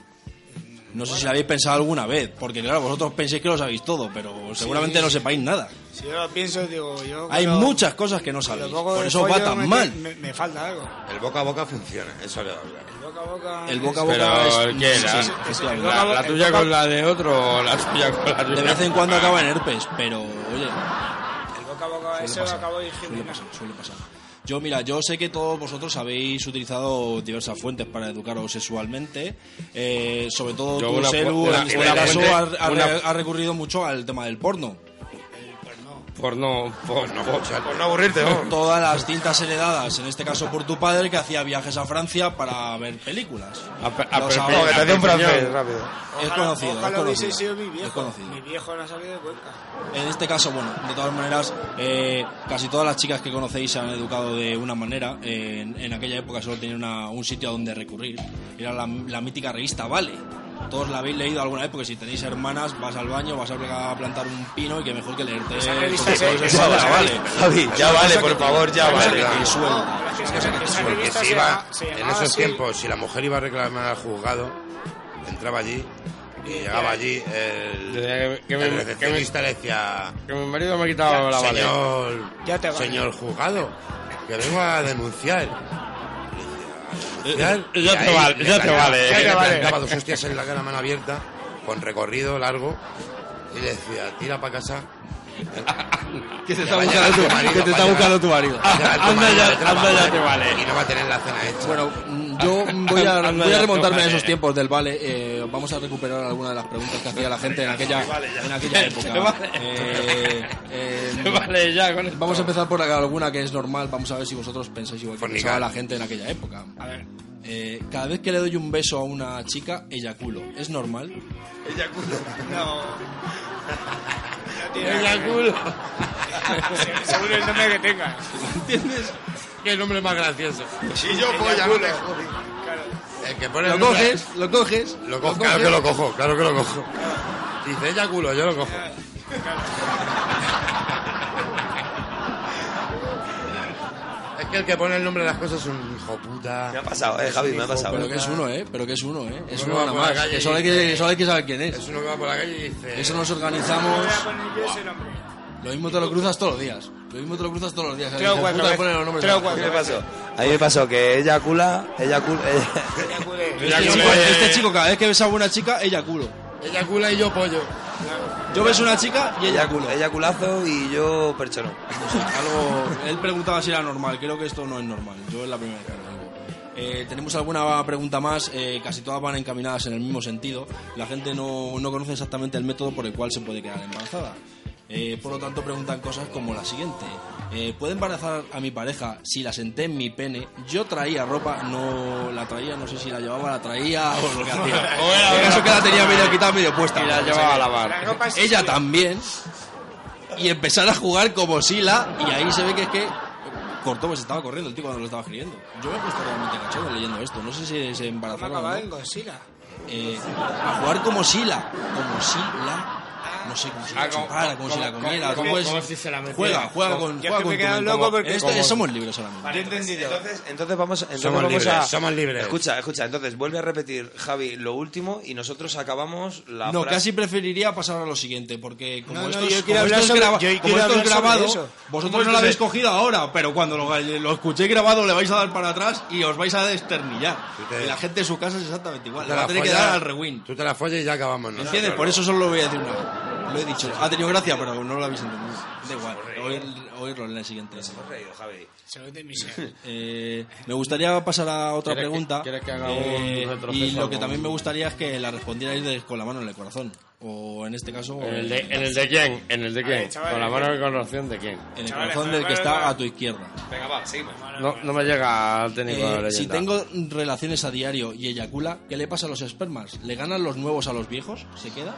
C: No sé si la habéis pensado alguna vez, porque claro, vosotros pensáis que lo sabéis todo, pero seguramente no sepáis nada.
B: Si yo lo pienso, digo yo.
C: Hay
B: cuando-
C: muchas cosas que no
B: cuando
C: sabéis,
B: cojo
C: por
B: el
C: eso va
B: pollo,
C: tan
B: me-
C: mal.
B: Me, me falta algo.
G: El boca a boca funciona, eso le da hablar.
B: Boca a boca.
C: El boca a boca
H: Pero,
C: es...
H: ¿qué?
C: sí,
H: La,
C: sí, sí,
H: la-
C: efectivamente.
H: la tuya con la de otro o la tuya con la tuya?
C: De vez en cuando acaba en herpes, pero oye,
B: El boca a boca, eso
C: suele
B: lo
C: pasar,
B: acabo de
C: suele
B: decir.
C: pasar, suele pasar. Yo, mira, yo sé que todos vosotros habéis utilizado diversas fuentes para educaros sexualmente. eh, sobre todo
H: Yo
C: tú,
H: una fu-
C: Seru,
H: una-
C: en este
H: una
C: caso,
H: fuente-
C: ha, ha-
H: una-
C: ha recurrido mucho al tema del porno.
H: Por no, Oh, por no,
A: Por no aburrirte, ¿no?
C: Todas las cintas heredadas, en este caso por tu padre, que hacía viajes a Francia para ver películas.
H: A pe- a
C: Los
H: per-
C: ahora-
A: No, que te hacía un
H: Señor.
A: francés, rápido.
C: es conocido, es
B: Ojalá hubiese
C: conocido,
B: sido mi
C: es
B: viejo.
C: conocido.
B: Mi viejo no ha salido de Cuenca.
C: En este caso, bueno, de todas maneras, eh, casi todas las chicas que conocéis se han educado de una manera. Eh, en, en aquella época solo tenía una- un sitio a donde recurrir. Era la, la mítica revista Vale. Todos la habéis leído alguna vez, porque si tenéis hermanas, vas al baño, vas a a plantar un pino y que mejor que leerte.
B: Esa revista
C: Porque
B: se-
C: todo eso
B: esa-
C: es una
B: esa-
C: vale.
A: Javi, ya vale, por favor, ya
C: Cosa
A: vale.
C: que te suelta.
B: Esa
G: Porque
B: revista
G: si
B: se
G: iba,
B: llama- se
G: en
B: llamaba
G: esos
B: así.
G: tiempos, si la mujer iba a reclamar al juzgado, entraba allí Y llegaba allí el,
H: Decía que- que me-
G: el
H: que me-
G: recepcionista le decía...
H: Que mi marido me ha quitado la vale.
G: Señor,
B: Ya te vas.
G: señor juzgado, que vengo a denunciar.
H: Eh,
G: Ya
H: eh, ya te vale, ya te vale.
B: Ya te vale.
G: dos hostias en la cara, mano abierta, con recorrido largo, y le decía, tira para casa.
F: Que te
G: Ya
F: está
G: va a llegar
F: buscando
G: tu marido,
F: tu, que te
G: va a
F: está
G: llegar-
F: buscando tu marido.
G: va a llegar tu
H: Anda
G: marido
H: ya-
G: de trabajo
H: anda ya te vale.
G: Y no va a tener la cena hecha.
C: Bueno, mm, yo voy a,
H: Anda,
C: voy a
H: ya,
C: remontarme a
H: tómale.
C: esos tiempos del vale. eh, vamos a recuperar alguna de las preguntas que hacía la gente en aquella, en aquella época.
H: Vale.
C: Eh, eh,
H: Vale, ya con esto.
C: Vamos a empezar por alguna que es normal. Vamos a ver si vosotros pensáis igual que
G: Fornicar.
C: pensaba la gente en aquella época. A ver. eh, cada vez que le doy un beso a una chica, eyaculo. ¿Es normal?
B: Según el nombre que tengas.
G: Qué nombre más gracioso.
H: Si yo voy a lunes.
G: El que pone
C: Lo
G: el nombre-
C: coges, lo coges.
G: Lo cojo, claro que lo cojo, claro que lo cojo. Dice ella culo, yo lo cojo. Es que el que pone el nombre de las cosas es un hijo puta.
A: Me ha pasado, eh, Javi, me ha pasado.
C: Pero que es uno, ¿eh? Pero que es uno, ¿eh? Es
G: Uno
C: uno
G: va
C: nada
G: por la
C: más.
G: calle
C: Que solo,
G: y
C: hay que,
G: dice-
C: solo hay que saber quién es.
G: Es uno que va por la calle y dice.
C: Eso nos organizamos.
B: Voy a poner yo ese nombre.
C: Lo mismo te lo cruzas todos los días. Lo mismo te lo cruzas todos los días.
B: Tres o
C: Hijo
B: cuatro
C: puta,
B: veces.
C: ponen los nombres
B: Tres o
C: de la
A: A mí
B: cuatro
A: me
C: gente.
A: pasó, a mí me pasó que eh, ella cula, ella cula,
B: Acude.
C: Este chico, este chico, cada vez que besa a una chica, eyaculo.
G: Ella cula y yo pollo.
C: Yo beso a una chica y
A: ella,
C: eyaculo.
A: ella culazo y yo perchero.
C: Algo, él preguntaba si era normal. Creo que esto no es normal. Yo es la primera vez que lo digo. Eh, tenemos alguna pregunta más. eh, casi todas van encaminadas en el mismo sentido. La gente no, no conoce exactamente el método por el cual se puede quedar embarazada. Eh, por lo tanto, preguntan cosas como la siguiente: Eh, ¿Puede embarazar a mi pareja si la senté en mi pene? Yo traía ropa, no la traía, no sé si la llevaba, la traía o lo que hacía.
H: O era-
C: En caso que la tenía medio quitada, medio puesta.
H: Y la llevaba a lavar.
B: La ropa es-
C: Ella también. Y empezar a jugar como Sila. Y ahí se ve que es que cortó, pues estaba corriendo el tío cuando lo estaba escribiendo. Yo me he puesto realmente cachondo leyendo esto. No sé si se embarazó
B: Me
C: o no.
B: acababa en Godzilla.
C: Eh, a jugar como Sila. Como Sila. No sé cómo si la
H: Ah, como-
C: chupara, como si la
H: como-
C: comiera.
H: como-
C: ¿cómo es?
H: como si se la metiera.
C: Juega, juega
H: Como-
C: con.
B: Yo
C: juega
B: que
C: con
B: me he
C: tu
B: quedado
C: mente.
B: loco porque-
A: Este,
C: Esto-
B: como-
C: Somos libres ahora mismo.
B: Yo he entendido.
A: Entonces, entonces vamos, entonces
G: Somos
A: vamos
G: libres,
A: a...
G: somos libres.
A: Escucha, escucha, entonces vuelve a repetir, Javi, lo último y nosotros acabamos la
C: No,
A: frase.
C: casi preferiría pasar a lo siguiente, porque como
B: No, no,
C: esto
B: yo
C: es,
B: quiero
C: como
B: hablar
C: esto es
B: sobre-
C: graba-
B: yo
C: como
B: quiero
C: esto es
B: hablar sobre
C: grabado,
B: eso.
C: vosotros no lo habéis cogido ahora, pero cuando lo, lo escuchéis grabado le vais a dar para atrás y os vais a desternillar.
G: Tú te-
C: Y la gente en su casa es exactamente igual,
G: Eh. Tú
C: le va a tener que
G: follas-
C: dar al rewind.
G: Tú te la follas y ya acabamos. nosotros,
C: ¿Entiendes?
G: ¿no?
C: Por eso solo lo voy a decir una vez. Lo he dicho, ha tenido gracia, pero no lo habéis entendido. Da igual, oír- oírlo en la siguiente.
A: Hemos reído, Javi.
B: Salud de mi ser.
C: Eh, me gustaría pasar a otra
H: ¿Quieres que-
C: pregunta. Eh,
H: quieres que haga un retroceso
C: y lo que
H: con-
C: también me gustaría es que la respondierais de- con la mano en el corazón. O en este caso.
H: ¿En el, de, ¿En el de quién? ¿En el de quién?
B: chavales,
H: Con la mano y
A: eh,
H: con la opción de quién.
C: en el
B: Chavales,
C: corazón del que
B: chavales,
C: está
B: chavales.
C: a tu izquierda.
A: Venga, va, seguimos.
H: No, no me llega al técnico de
C: Eh,
H: leyenda.
C: si tengo relaciones a diario y eyacula, ¿qué le pasa a los espermas? ¿Le ganan los nuevos a los viejos? ¿Se queda?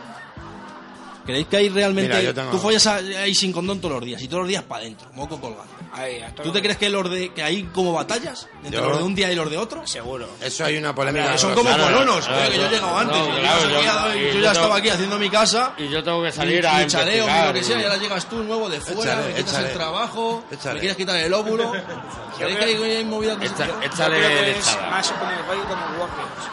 C: ¿Creéis que hay realmente...
G: Mira, yo tengo-
C: Tú follas a- ahí sin condón todos los días y todos los días para adentro, moco colgando.
B: Ahí, a todo
C: ¿Tú te crees que, los de, que hay como batallas entre
G: Yo-
C: los de un día y los de otro?
B: Seguro.
G: Eso hay una polémica.
C: Que son como
H: Claro,
C: colonos,
H: claro,
C: tío, que yo he llegado antes.
H: no,
C: y yo
H: claro,
C: no sabía,
H: yo-
C: y
H: y yo
C: yo, ya
H: tengo-
C: estaba aquí haciendo mi casa.
H: Y yo tengo que
C: mi,
H: salir a
C: mi chaleo, mi
H: investigar
C: lo que sea,
H: y-
C: y ahora llegas tú nuevo de fuera,
G: Échale,
C: me quitas
G: échale.
C: el trabajo,
G: Échale.
C: me quieres quitar el óvulo. ¿Creéis que hay, hay movidas de ese
H: Echa-
C: tipo?
H: échale
B: Yo creo que
H: el
B: es
H: echada.
B: más con el rollo como Warriors.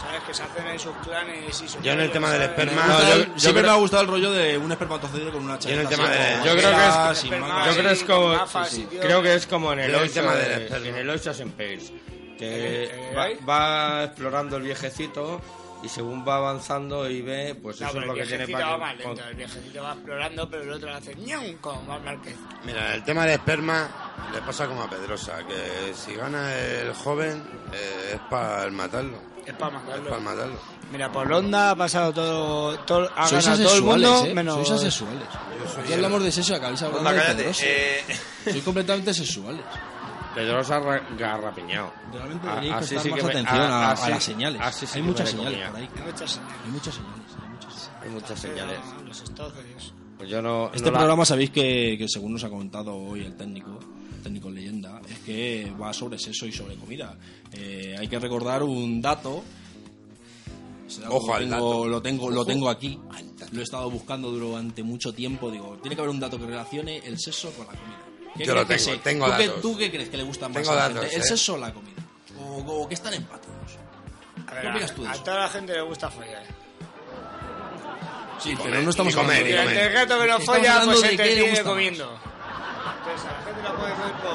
B: ¿Sabes? Que se hacen en sus clanes y sus...
G: Yo en el tema del
B: ¿sabes?
C: Me
G: esperma-
C: gusta
G: No, yo-
C: el-
G: yo
C: siempre
G: creo-
C: me ha gustado el rollo de un espermatozoide con una chaqueta.
G: el tema
C: así,
G: de-
C: como
H: yo creo
C: entera,
H: que es-
C: sin
B: esperma-
C: mangas.
H: Yo creo, es como,
B: Con gafas
H: sí, sí.
B: y tío.
H: creo que es como en el
G: Luego el
H: 8
G: tema del
H: de-
G: esperma.
H: en el 8 es en Pales,
F: que
B: Eh,
F: va,
B: ¿eh?
F: va explorando el viejecito y según va avanzando y ve, pues
B: No,
F: eso
B: pero
F: es
B: el
F: lo que tiene
B: viejecito
F: para
B: va más
F: que-
B: lento, eh.
F: con-
B: el viejecito va explorando, pero el otro le hace ñon como Mar Márquez.
G: Mira, el tema de esperma le pasa como a Pedrosa, que si gana el joven eh, es para matarlo.
B: Es para
G: Es para
B: mandarlo.
G: matarlo.
B: Mira, por onda ha pasado todo, todo ha
C: Sois
B: ganado todo el
C: asexuales,
B: mundo,
C: ¿eh?
B: menos
C: Sois asexuales. Aquí hablamos de sexo y acabáis hablando
A: Onda,
C: de
A: cállate.
C: pedrosa.
A: Eh,
C: Sois completamente sexuales.
H: Pedrosa ra- garrapiñado.
C: Realmente
H: A-
C: tenéis que
H: así
C: prestar
H: sí
C: más
H: que me-
C: atención
H: a-
C: a, a
H: así-
C: las señales.
H: así sí
C: hay
H: que me
C: muchas
H: le
C: señales
H: comía.
C: por ahí.
B: Hay muchas señales.
C: Hay muchas señales. Hay muchas señales.
H: Hay muchas señales.
B: Pero Los estocios.
H: Pues yo no,
C: Este
H: no la-
C: programa sabéis que, que según nos ha comentado hoy el técnico, técnico leyenda, es que va sobre sexo y sobre comida. Eh, hay que recordar un dato. Ese dato
G: Ojo
C: lo
G: al
C: tengo,
G: dato.
C: Lo tengo, lo tengo aquí. Lo he estado buscando durante mucho tiempo. Digo, tiene que haber un dato que relacione el sexo con la comida. ¿Qué
G: Yo
C: crees
G: lo
C: que
G: tengo,
C: sea?
G: tengo
C: ¿Tú qué-
G: datos.
C: ¿Tú qué crees que le gusta más
G: Tengo
C: a la
G: datos,
C: gente? ¿El
G: eh.
C: sexo o la comida? ¿O, o que están empatados?
B: A ver,
C: ¿Qué
B: a-
C: opinas tú de
B: a
C: eso?
B: toda la gente le gusta follar.
C: Sí, pero no estamos
G: y comer,
C: hablando de-
G: y comer.
B: El gato que no
C: Estamos
B: folla,
C: hablando
B: pues
C: de
B: se
C: qué
B: te
C: le
B: sigue
C: gusta
B: comiendo.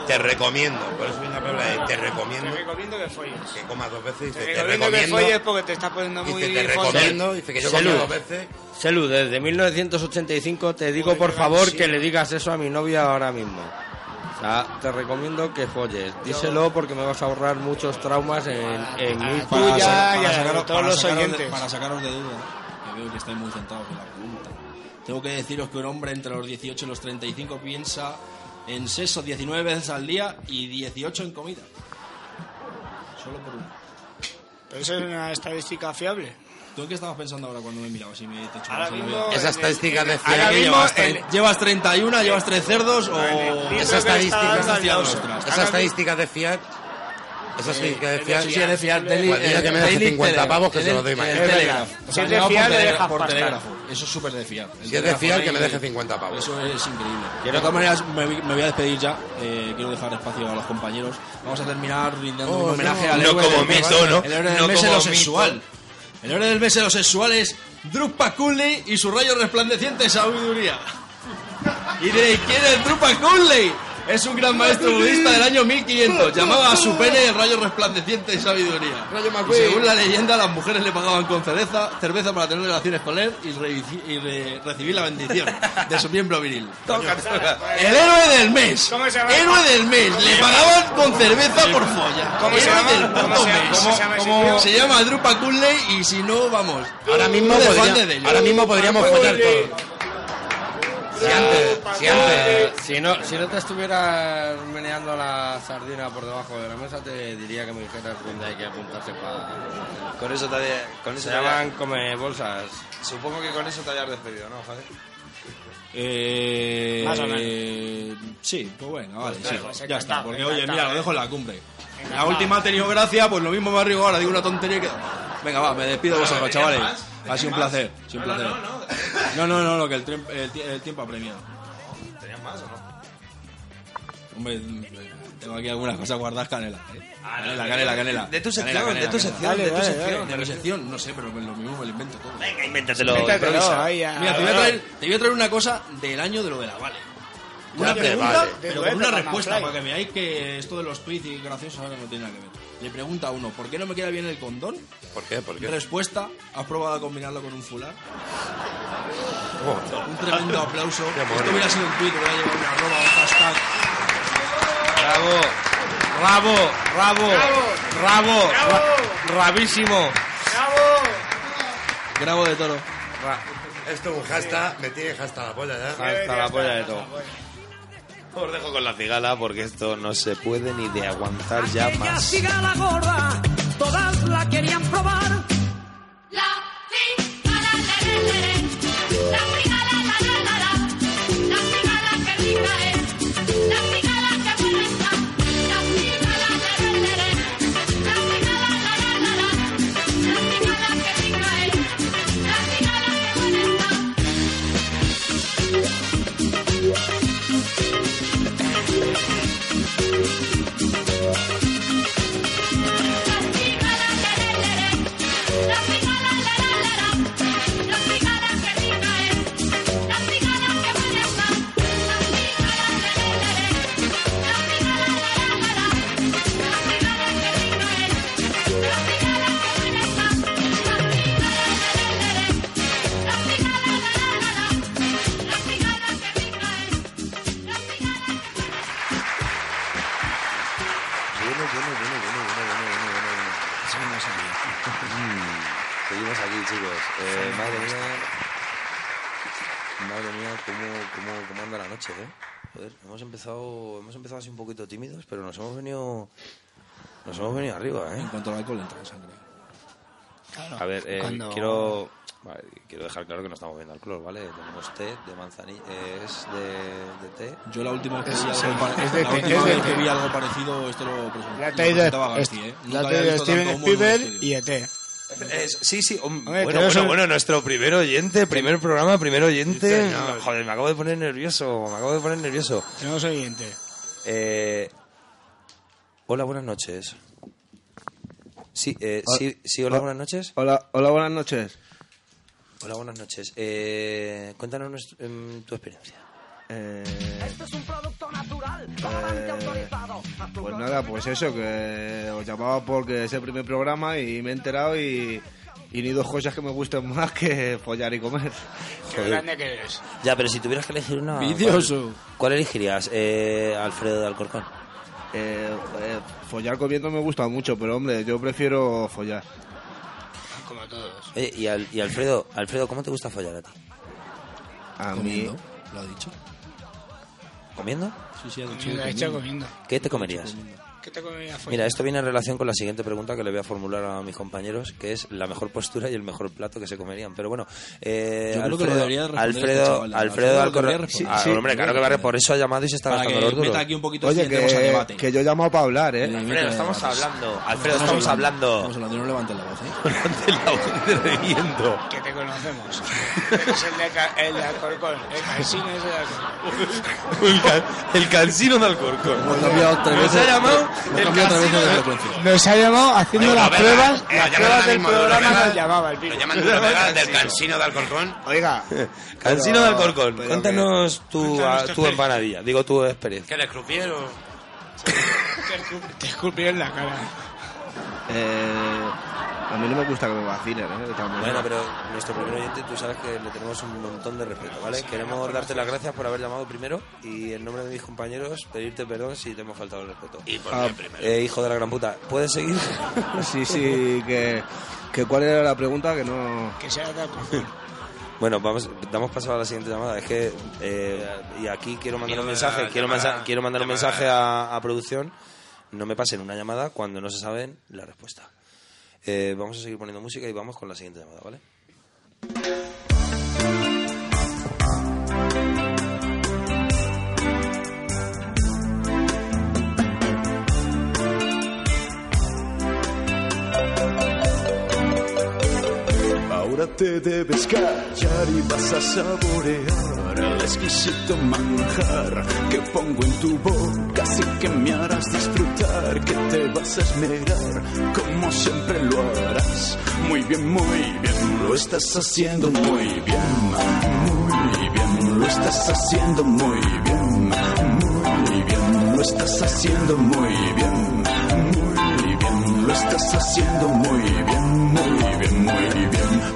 G: Te recomiendo, por eso viene la palabra
A: Ah,
G: de te recomiendo
B: Te recomiendo que folles.
G: que comas dos veces y dice,
B: Te
G: te,
B: recomiendo que
G: recomiendo.
B: folles porque te estás poniendo
G: Dice,
B: muy...
G: te
B: fondo.
G: recomiendo, dice que yo comí
F: Salud.
G: dos veces.
F: Salud, desde 1985 te digo por favor que le digas eso a mi novia ahora mismo. O sea, te recomiendo que folles. Díselo porque me vas a ahorrar muchos traumas en, en
G: Ah,
F: mí
B: tuya
F: para- para
B: y a
F: sacar-
B: todos
F: para
B: los
F: sacaros de-
B: oyentes.
C: Para sacaros de duda, que veo que estáis muy centrados en la pregunta. Tengo que deciros que un hombre entre los 18 y los 35 piensa en sexo 19 veces al día y 18 en comida. Solo por uno.
B: Pero eso es una estadística fiable.
C: ¿Tú en qué estabas pensando ahora cuando me mirabas y me te chupabas
B: Ahora
C: el
B: mismo...
C: dedo?
B: en el-
G: Esa estadística de
C: Ahora
G: cien que
C: mismo
G: llevas
C: en-
G: tre-
C: llevas 31, llevas 3 cerdos o...
B: libro
G: esa
B: que
G: estadística
B: está
G: está
B: dando el
C: hacia
B: oso.
C: nosotras.
G: Esa estadística de fiat. Esa estadística de fiat.
C: Sí, sí, eres fiar. Daily-
G: Pues mira que me
C: eh,
G: das
C: Daily
G: 50 pavos que
C: Telegraph.
G: se los doy mañana.
C: El
B: Es
C: Telegraph.
B: verdad.
C: O sea,
B: Si es de
C: llegado por
B: fiar, le
C: tele-
B: dejas
C: por
B: pasta.
C: telégrafo. Eso es súper de fiar. El
G: Si es de
C: telégrafo
G: fiar,
C: ahí-
G: que me deje 50 pavos.
C: Eso es increíble. De todas maneras, me, vi- me voy a despedir ya. Eh, quiero dejar espacio a los compañeros. Vamos a terminar brindando
G: Oh,
C: un homenaje
G: no.
C: al
G: No
C: héroe
G: como
C: del mes,
G: mito, ¿no?
C: El héroe del
G: No
C: mes en
G: como
C: lo
G: mito.
C: sexual. El héroe del mes en lo sexual es Drupa Kunle y su rayo resplandeciente de sabiduría. ¿Y de quién es Drupa Kunle? Es un gran maestro budista del año 1500. Llamaba a su pene el rayo resplandeciente de sabiduría.
G: Rayo
C: Y
G: McQueen.
C: según la leyenda, las mujeres le pagaban con cerveza, cerveza para tener relaciones con él y, re- y re- recibir la bendición de su miembro viril. El héroe del mes.
B: ¿Cómo se llama?
C: Héroe del mes. Le pagaban con cerveza por folla.
B: ¿Cómo se
C: Héroe
B: llama?
C: del
B: ¿Cómo
C: puto
B: se llama?
C: mes.
B: ¿Cómo se llama ese
C: ¿Cómo-
B: tío?
C: se llama Drupa Kunle y si no, vamos.
G: Ahora mismo,
C: Tú eres
G: podría-
C: fan de ¿eh? ellos.
G: ahora mismo podríamos follar todos. Si antes, si antes.
F: Si no, si no te estuvieras meneando la sardina por debajo de la mesa, te diría que me dijeras dónde hay que apuntarse para...
A: Con eso te había- con eso
F: Se
A: te había-
F: llaman come bolsas.
A: Supongo que con eso te hayas despedido, ¿no, Javier?
C: Eh,
B: Más o menos.
C: eh, Sí, pues bueno, vale, sí,
B: pues,
C: ya está.
B: encantado,
C: Porque oye,
B: encantado,
C: mira, lo
B: eh.
C: dejo en la cumbre. La
B: Encantado.
C: última ha tenido gracia, pues lo mismo me arriesgo ahora, digo una tontería y que. Venga, va, me despido de vosotros, chavales. Ha sido un placer, ha sido un placer. No, no, no, no, que el, tiemp- el tie- el tiempo apremia.
A: ¿Tenías más o no?
C: Hombre, tengo aquí algunas cosas guardadas, canela. eh.
A: Ah,
C: Canela, canela, canela.
A: De tu
C: Canela,
A: sección, de
C: canela,
A: tu
C: canela.
A: sección, de tu sección.
C: De mi sección, no sé, pero lo mismo me lo invento todo.
A: Venga, invéntatelo.
B: Métetelo,
A: improvisa.
B: ahí a-
C: Mira, te voy, a traer, te voy a traer una cosa del año de lo de la Vale. Una
G: te
C: pregunta,
G: vale.
C: pero
B: Del
C: con una
B: dueto,
C: respuesta,
B: Manfly.
C: para que veáis que esto de los tweets y graciosos ahora no tiene nada que ver. Le pregunta a uno, ¿por qué no me queda bien el condón?
G: ¿Por qué? ¿Por qué?
C: Respuesta, ¿has probado a combinarlo con un fular?
G: Oh,
C: Un tremendo aplauso.
G: Qué bueno.
C: Esto hubiera sido un tweet, hubiera llevado una arroba, un hashtag.
F: Bravo, bravo, bravo, bravo, ra- bravísimo.
C: Grabo de toro.
F: Ra-
G: Esto es un hashtag, me tiene hasta la polla ya.
F: Hasta la polla de todo.
A: Os dejo con la cigala porque esto no se puede ni de aguantar ya
J: Aquella
A: más.
J: cigala gorda, todas la querían probar.
I: La cigala, le, le, le, le. La cigala, la, la, la, la. La cigala que rica es. La cigala que buena está. La cigala, le, le, le, le. La cigala, la, la, la, la. La cigala que rica es. La cigala que buena está. La cigala, le, le, le, le. La cigala, la, la, la, la. La cigala que rica es. La cigala que buena está. La cigala, le, le, le, le. La cigala, la, la, la, la. La cigala que rica es. La cigala que buena está. La cigala, le, le, le, le. La cigala, la, la, la, la. La cigala que rica es. La cigala que buena está.
A: Bueno, bueno, bueno, bueno, bueno, bueno, bueno, bueno, bueno. Mm, Seguimos aquí. chicos. Eh, madre mía. Madre mía, cómo, cómo, cómo anda la noche, ¿eh? Joder, hemos empezado, hemos empezado así un poquito tímidos, pero nos hemos venido. Nos hemos venido arriba, ¿eh?
C: En cuanto al alcohol entra en sangre.
A: A ver, eh,
B: Cuando-
A: quiero vale, quiero dejar claro que no estamos viendo alcohol, ¿vale? Tenemos té de manzanilla, eh, es de, de té.
C: Yo la última vez que vi algo, pare-
B: es de
C: la
B: té,
C: última
B: es de
C: vez que
B: té.
C: vi algo parecido, esto lo presenté.
B: La
C: lo
B: Taylor-
C: presentaba García, ¿eh?
B: la
C: Nunca había
B: Taylor
C: visto
B: Steven
C: tanto humo en un
B: Spielberg
C: estudio.
B: y ET.
A: Es- sí, sí,
K: Mm,
A: hom-
B: Hombre,
A: bueno,
B: tenemos
A: bueno,
B: un-
A: bueno, nuestro primer oyente, primer programa, primer oyente. Joder, me acabo de poner nervioso, me acabo de poner nervioso.
B: Tenemos oyente.
A: Eh, hola, buenas noches.
K: Ah,
C: Ah,
A: Sí, eh, sí, sí, hola, buenas noches.
F: Hola, hola, buenas noches.
A: Hola, buenas noches. Eh, cuéntanos em, tu experiencia.
K: Eh,
J: Este es un producto natural, bastante autorizado.
K: Pues nada, pues eso, que os llamaba porque es el primer programa y me he enterado y, y ni dos cosas que me gusten más que follar y comer.
B: Qué grande que eres.
A: Ya, pero si tuvieras que elegir una... ¿cuál-
K: Vidioso.
A: ¿Cuál, elegirías, eh, Alfredo de Alcorcón?
K: Eh, eh, follar comiendo me gusta mucho, pero hombre, yo prefiero follar.
B: Como todos.
A: Oye, Eh, y, al- y Alfredo, Alfredo, ¿cómo te gusta follar a ti?
K: A
C: Comiendo, ¿Lo ha dicho?
A: ¿Comiendo?
C: Sí, sí, ha dicho.
B: Comiendo, ha dicho comiendo.
A: ¿Qué te comerías?
B: ¿Qué te comería follar?
A: Mira, esto viene en relación con la siguiente pregunta que le voy a formular a mis compañeros, que es la mejor postura y el mejor plato que se comerían. Pero bueno, eh,
C: Yo creo que
A: Alfredo,
C: lo debería responder
A: Alfredo,
C: este chaval,
A: Alfredo
C: Alfredo lo
A: Alcorra-
C: debería responder.
A: Ah,
C: Sí, sí.
A: hombre, claro que va a re- por eso ha llamado y se está
C: Para
A: gastando
C: que
A: los duros.
C: meta aquí un poquito
K: Oye,
C: si entremos a
K: que,
C: debate.
K: que yo he llamado para hablar, ¿eh?
A: Alfredo, estamos hablando. Alfredo, estamos hablando.
C: Estamos hablando, no levantes la voz, ¿eh?
A: Te la voy de reviento.
B: Que te conocemos. Eres el de, Ca- el de Alcorcón. El calcino es de Alcorcón.
A: El, ca- el calcino de Alcorcón.
K: Hemos cambiado tres
A: Nos ha
K: veces.
A: llamado
K: Hemos
A: el
K: cambiado tres
A: calcino
K: veces de
A: de-
K: frecuencia.
B: Nos ha llamado haciendo las pruebas,
G: Eh,
B: las
G: llaman
B: pruebas
G: ahora
B: del
G: mismo, lo
B: programa
G: llaman-
B: nos llamaba el pico.
G: Lo llaman de verdad del calcino de Alcorcón.
K: Oiga,
A: Calcino de Alcorcón.
K: Pero que-
A: Cuéntanos tu,
B: Cuéntanos
A: a-
B: tu
A: tu empanadilla, digo tu experiencia.
G: ¿Qué le escupieron?
B: Te escup- Te escupió en la cara.
K: Eh, a mí no me gusta que me vacilen, ¿eh? De todas
A: Bueno,
K: maneras.
A: pero nuestro primer oyente, tú sabes que le tenemos un montón de respeto, ¿vale? Queremos darte las gracias por haber llamado primero y en nombre de mis compañeros pedirte perdón si te hemos faltado el respeto.
G: Y por
K: Ah,
G: qué Pues primero.
A: Eh, hijo de la gran puta, ¿puedes seguir?
K: Sí, sí, que, que cuál era la pregunta que no...
B: Que se ha dado por
A: Bueno, vamos, damos paso a la siguiente llamada. Es que, eh, y aquí quiero mandar un
G: Mierda,
A: mensaje, quiero,
G: llamada,
A: mensa- quiero mandar un
G: llamada.
A: mensaje a, a producción. No me pasen una llamada cuando no se saben la respuesta. Eh, vamos a seguir poniendo música y vamos con la siguiente llamada, ¿vale?
E: Ahora te debes callar y vas a saborear el exquisito manjar que pongo en tu boca, así que me harás disfrutar, que te vas a esmerar, como siempre lo harás. Muy bien, muy bien, lo estás haciendo muy bien, muy bien, lo estás haciendo muy bien, muy bien, lo estás haciendo muy bien, muy bien, lo estás haciendo muy bien, muy bien, muy bien.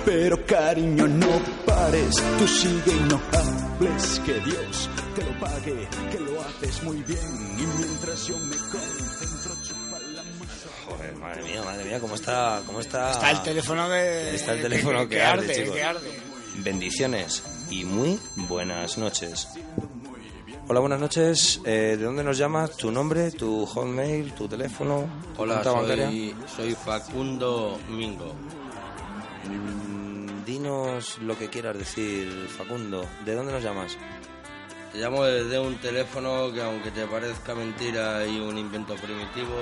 E: Pero cariño, no pares, tú sigue y no hables, que Dios te lo pague, que lo haces muy bien. Y mientras yo me concentro, chupa la masa.
A: Joder, madre mía, madre mía, ¿cómo está? ¿Cómo está?
B: Está el teléfono que.
A: Está el teléfono que arde, chicos.
B: que arde.
A: Bendiciones y muy buenas noches. Hola, buenas noches. Eh, ¿De dónde nos llamas? ¿Tu nombre? ¿Tu hotmail? ¿Tu teléfono?
F: Hola,
A: ¿Cuenta bancaria?
F: soy, soy Facundo Mingo.
A: Mm, Dinos lo que quieras decir, Facundo. ¿De dónde nos llamas?
F: Te llamo desde un teléfono que aunque te parezca mentira y un invento primitivo,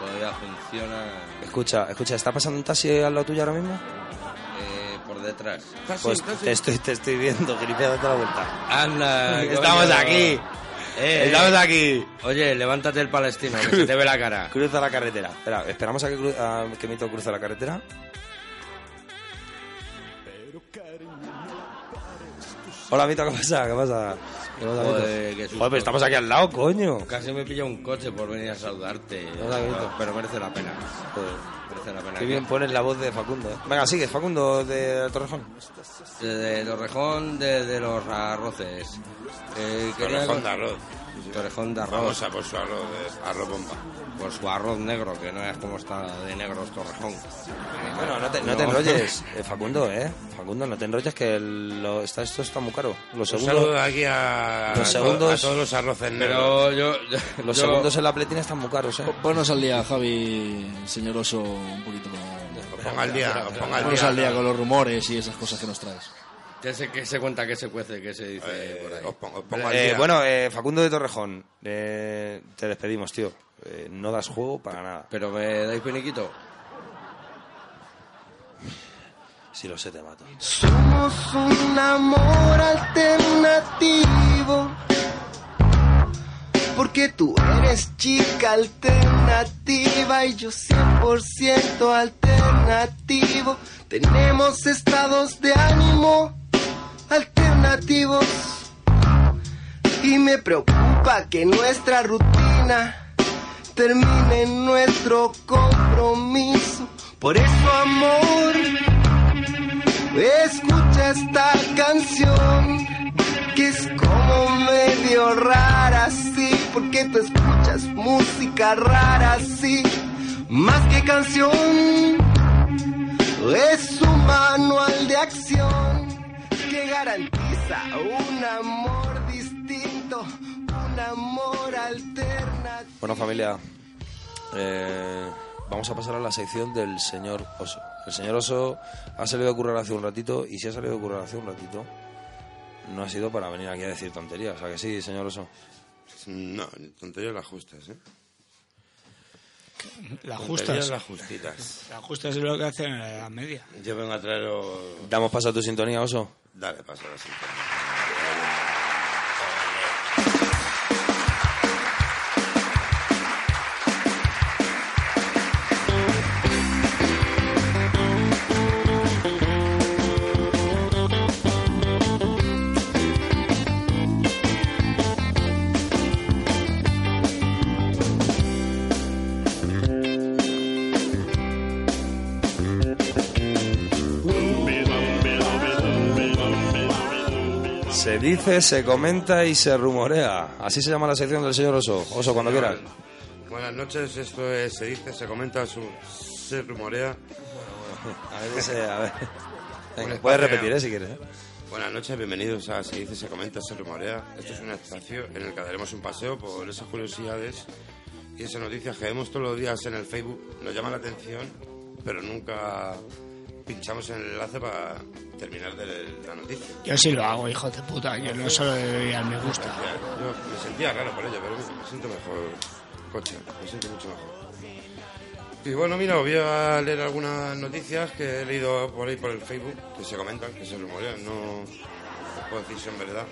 F: todavía funciona
A: Escucha, escucha, ¿está pasando un taxi al lado tuyo ahora mismo?
F: eh, por detrás.
A: pues Te, estoy, te estoy viendo, gilipollas, date la vuelta.
F: ¡Anda!
A: Estamos
F: coño!
A: aquí.
F: Eh,
A: Estamos aquí.
F: Oye, levántate el palestino, que se te ve la cara.
A: Cruza la carretera. Espera, esperamos a que, cru- a que Mito cruza la carretera. Hola, Mito, ¿qué pasa? ¿Qué pasa? ¿Qué pasa, Mito?
F: Joder, qué susto.
A: Joder, pero estamos aquí al lado, coño.
F: Casi me pilla un coche por venir a saludarte.
A: Hola, Benito.
F: Pero merece la pena. Merece la pena.
A: Qué bien pones la voz de Facundo. ¿eh? Venga, sigue, Facundo de Torrejón.
F: De Torrejón, de, de los arroces. Eh, quería-
G: Torrejón de arroz.
F: Torrejón de
G: Vamos
F: arroz.
G: a por su arroz, eh, arroz bomba.
F: Por su arroz negro, que no es como está de negros Torrejón.
A: Eh, Bueno, no te, no te enrolles, eh, Facundo, ¿eh? Facundo, no te enrolles que el- lo- está, esto está muy caro. Los
G: Un
A: segundos,
G: saludo aquí a,
A: Los
G: a
A: segundos-
G: a todos los arroces negros.
F: Pero yo.
A: los
F: yo-
A: segundos en la pletina están muy caros, ¿eh?
C: Ponnos al día, Javi, señor Oso, un poquito con...
G: Os pongo al día, os pongo al
C: Ponnos
G: día.
C: al día con los rumores y esas cosas que nos traes.
F: ¿Qué se, qué se cuenta, que se cuece, que se dice
G: Eh,
F: por ahí?
G: os pongo- os pongo al
A: Eh,
G: día.
A: bueno, eh, Facundo de Torrejón, eh, te despedimos, tío. Eh, no das juego para nada.
F: Pero me dais peniquito.
A: Si lo sé, te mato.
J: Somos un amor alternativo. Porque tú eres chica alternativa y yo 100% alternativa.
L: alternativo. Tenemos estados de ánimo alternativos. Y me preocupa que nuestra rutina termine en nuestro compromiso. Por eso, amor, escucha esta canción. Que es como medio rara, sí, porque tú escuchas música rara, sí, más que canción, es un manual de acción que garantiza un amor distinto, un amor alternativo.
A: Bueno, familia, eh, vamos a pasar a la sección del señor Oso. El señor Oso ha salido a currar hace un ratito y si ha salido a currar hace un ratito, no ha sido para venir aquí a decir tonterías. ¿A que sí, señor Oso?
G: No, tonterías las justas, ¿eh?
B: Las
G: Tonterías
B: justas.
G: las justitas.
B: Las justas es lo que hacen en la Edad Media.
G: Yo vengo a traeros...
A: ¿Damos paso a tu sintonía, Oso?
G: Dale, paso a la siguiente.
A: Se dice, se comenta y se rumorea. Así se llama la sección del señor Oso. Oso, cuando quieras.
G: Buenas noches, esto es, se dice, se comenta, su- se rumorea.
A: A ver, ese- a ver. Venga, puedes repetir, ¿eh? Si quieres. ¿eh?
G: Buenas noches, bienvenidos a Se dice, se comenta, se rumorea. Esto es un espacio en el que daremos un paseo por esas curiosidades y esas noticias que vemos todos los días en el Facebook. Nos llama la atención, pero nunca pinchamos en el enlace para terminar de la noticia.
B: Yo sí lo hago, hijo de puta. Yo no solo debería, me gusta.
G: Yo me sentía raro por ello, pero me siento mejor, coche, me siento mucho mejor. Y bueno, mira, voy a leer algunas noticias que he leído por ahí por el Facebook, que se comentan, que se rumorean, no os puedo decir si en verdad.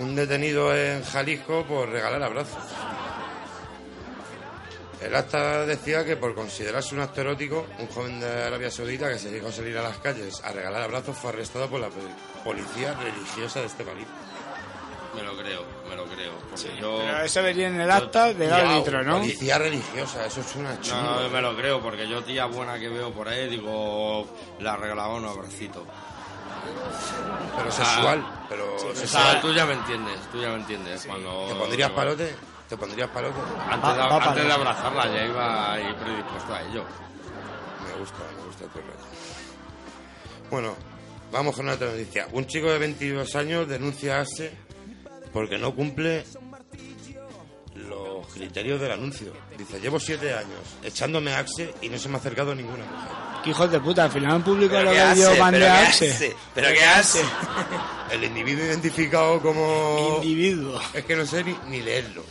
G: Un detenido en Jalisco por regalar abrazos. El acta decía que por considerarse un acto erótico, un joven de Arabia Saudita que se dedicó a salir a las calles a regalar abrazos fue arrestado por la policía religiosa de este país.
H: Me lo creo, me lo creo. Porque yo...
B: Pero eso venía en el acta del
H: Guau,
B: árbitro, ¿no?
G: Policía religiosa, eso es una chungo.
H: No, me lo creo, porque yo tía buena que veo por ahí, digo, la regalaba un abracito.
G: Pero
H: O sea,
G: sexual, pero
H: o sea,
G: sexual.
H: tú ya me entiendes, tú ya me entiendes. Cuando,
G: ¿Te pondrías palote? ¿Te pondrías palote?
H: Antes, de, antes de abrazarla ya iba ahí predispuesto a ello.
G: Me gusta, me gusta tu rollo. Bueno, vamos con otra noticia. Un chico de 22 años denuncia a ASE porque no cumple los criterios del anuncio. Dice, llevo siete años echándome a AXE y no se me ha acercado ninguna mujer.
B: Que hijos de puta, al final han publicado lo
G: ¿Pero
B: que
G: qué hace?
B: yo mandé a
G: ¿Pero qué
B: Axe.
G: hace? ¿Pero qué hace? El individuo identificado como...
B: Individuo.
G: Es que no sé ni, ni leerlo.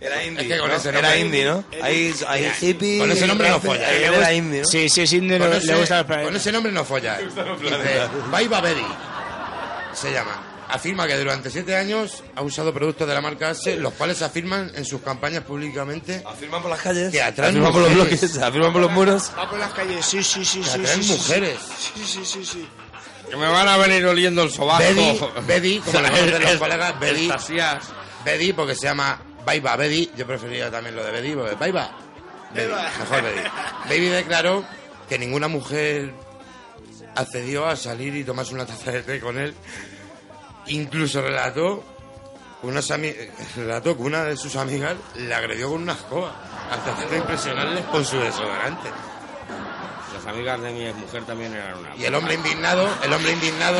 G: Era
A: indie,
G: Es que con
A: ¿no?
G: ese
A: Era
G: nombre...
A: indie, ¿no? Ahí- ahí
G: Mira,
A: hippie-
G: Con ese nombre no follas.
A: Él era indie, ¿no?
B: Sí, sí, es indie,
G: Con
B: le-
G: ese-
B: le gusta los planetas.
G: Con ese nombre no follas. Dice, Baiba Berry se llama. Afirma que durante siete años ha usado productos de la marca Axe, los cuales afirman en sus campañas públicamente...
A: Afirman por las calles.
G: Que atraen
A: Afirman por los
G: mujeres.
A: bloques, afirman por los muros.
B: Va por las calles, sí, sí, sí,
G: Que
B: sí. sí,
G: atraen
B: sí,
G: mujeres.
B: Sí, sí, sí, sí.
H: Que me van a venir oliendo el sobaco.
G: Bedi, Bedi, como le conocen los
H: Es-
G: colegas, Bedi,
H: Estasías.
G: Bedi, porque se llama Baiba Bedi. Yo prefería también lo de Bedi, porque Baiba. Bedi, mejor Bedi. Baby declaró que ninguna mujer accedió a salir y tomarse una taza de té con él. Incluso relató que unas ami- relató que una de sus amigas le agredió con una escoba hasta hacerle impresionarle con su desodorante.
H: Las amigas de mi mujer también eran una.
G: Y el hombre indignado, el hombre indignado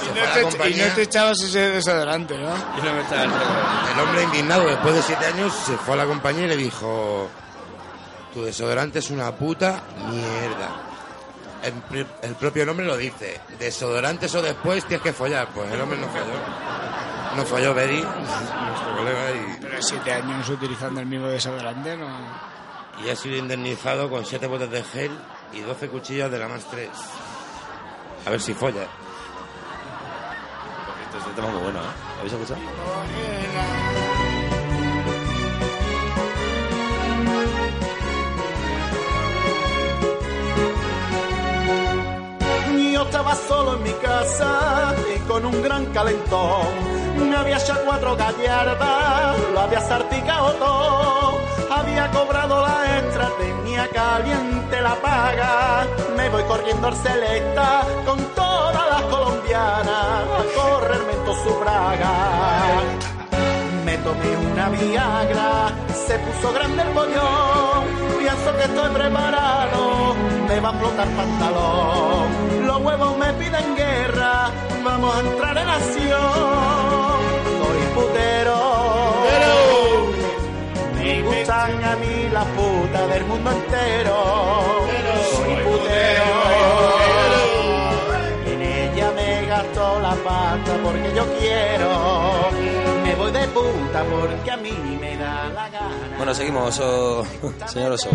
G: se
B: Y
G: fue a la
B: no, te, y
G: compañía.
B: no te echabas ese desodorante, ¿no?
H: Yo no me estaba
G: El hombre indignado, después de siete años, se fue a la compañía y le dijo: Tu desodorante es una puta mierda. El, pri- el propio nombre lo dice: Desodorantes o después tienes que follar. Pues el hombre no folló. No folló Betty, nuestro colega, y,
B: Pero siete años utilizando el mismo desodorante, ¿no?
G: y ha sido indemnizado con siete botes de gel y 12 cuchillas de la más 3. A ver si folla.
A: Este es un tema muy bueno, ¿eh? ¿Lo habéis escuchado?
M: Estaba solo en mi casa y con un gran calentón. Me había hecho cuatro gallardas, lo había sarticado todo. Había cobrado la extra, tenía caliente la paga. Me voy corriendo al Selecta con todas las colombianas a correrme en su braga. Me tomé una Viagra, se puso grande el pollón. Pienso que estoy preparado, me va a explotar pantalón. Los huevos me piden guerra, vamos a entrar en acción. Soy putero. Me gustan a mí las putas del mundo entero. Soy putero. En ella me gastó la pata porque yo quiero. Me voy de puta porque a mí me da la gana.
A: Bueno, seguimos, Oso. Señor Oso.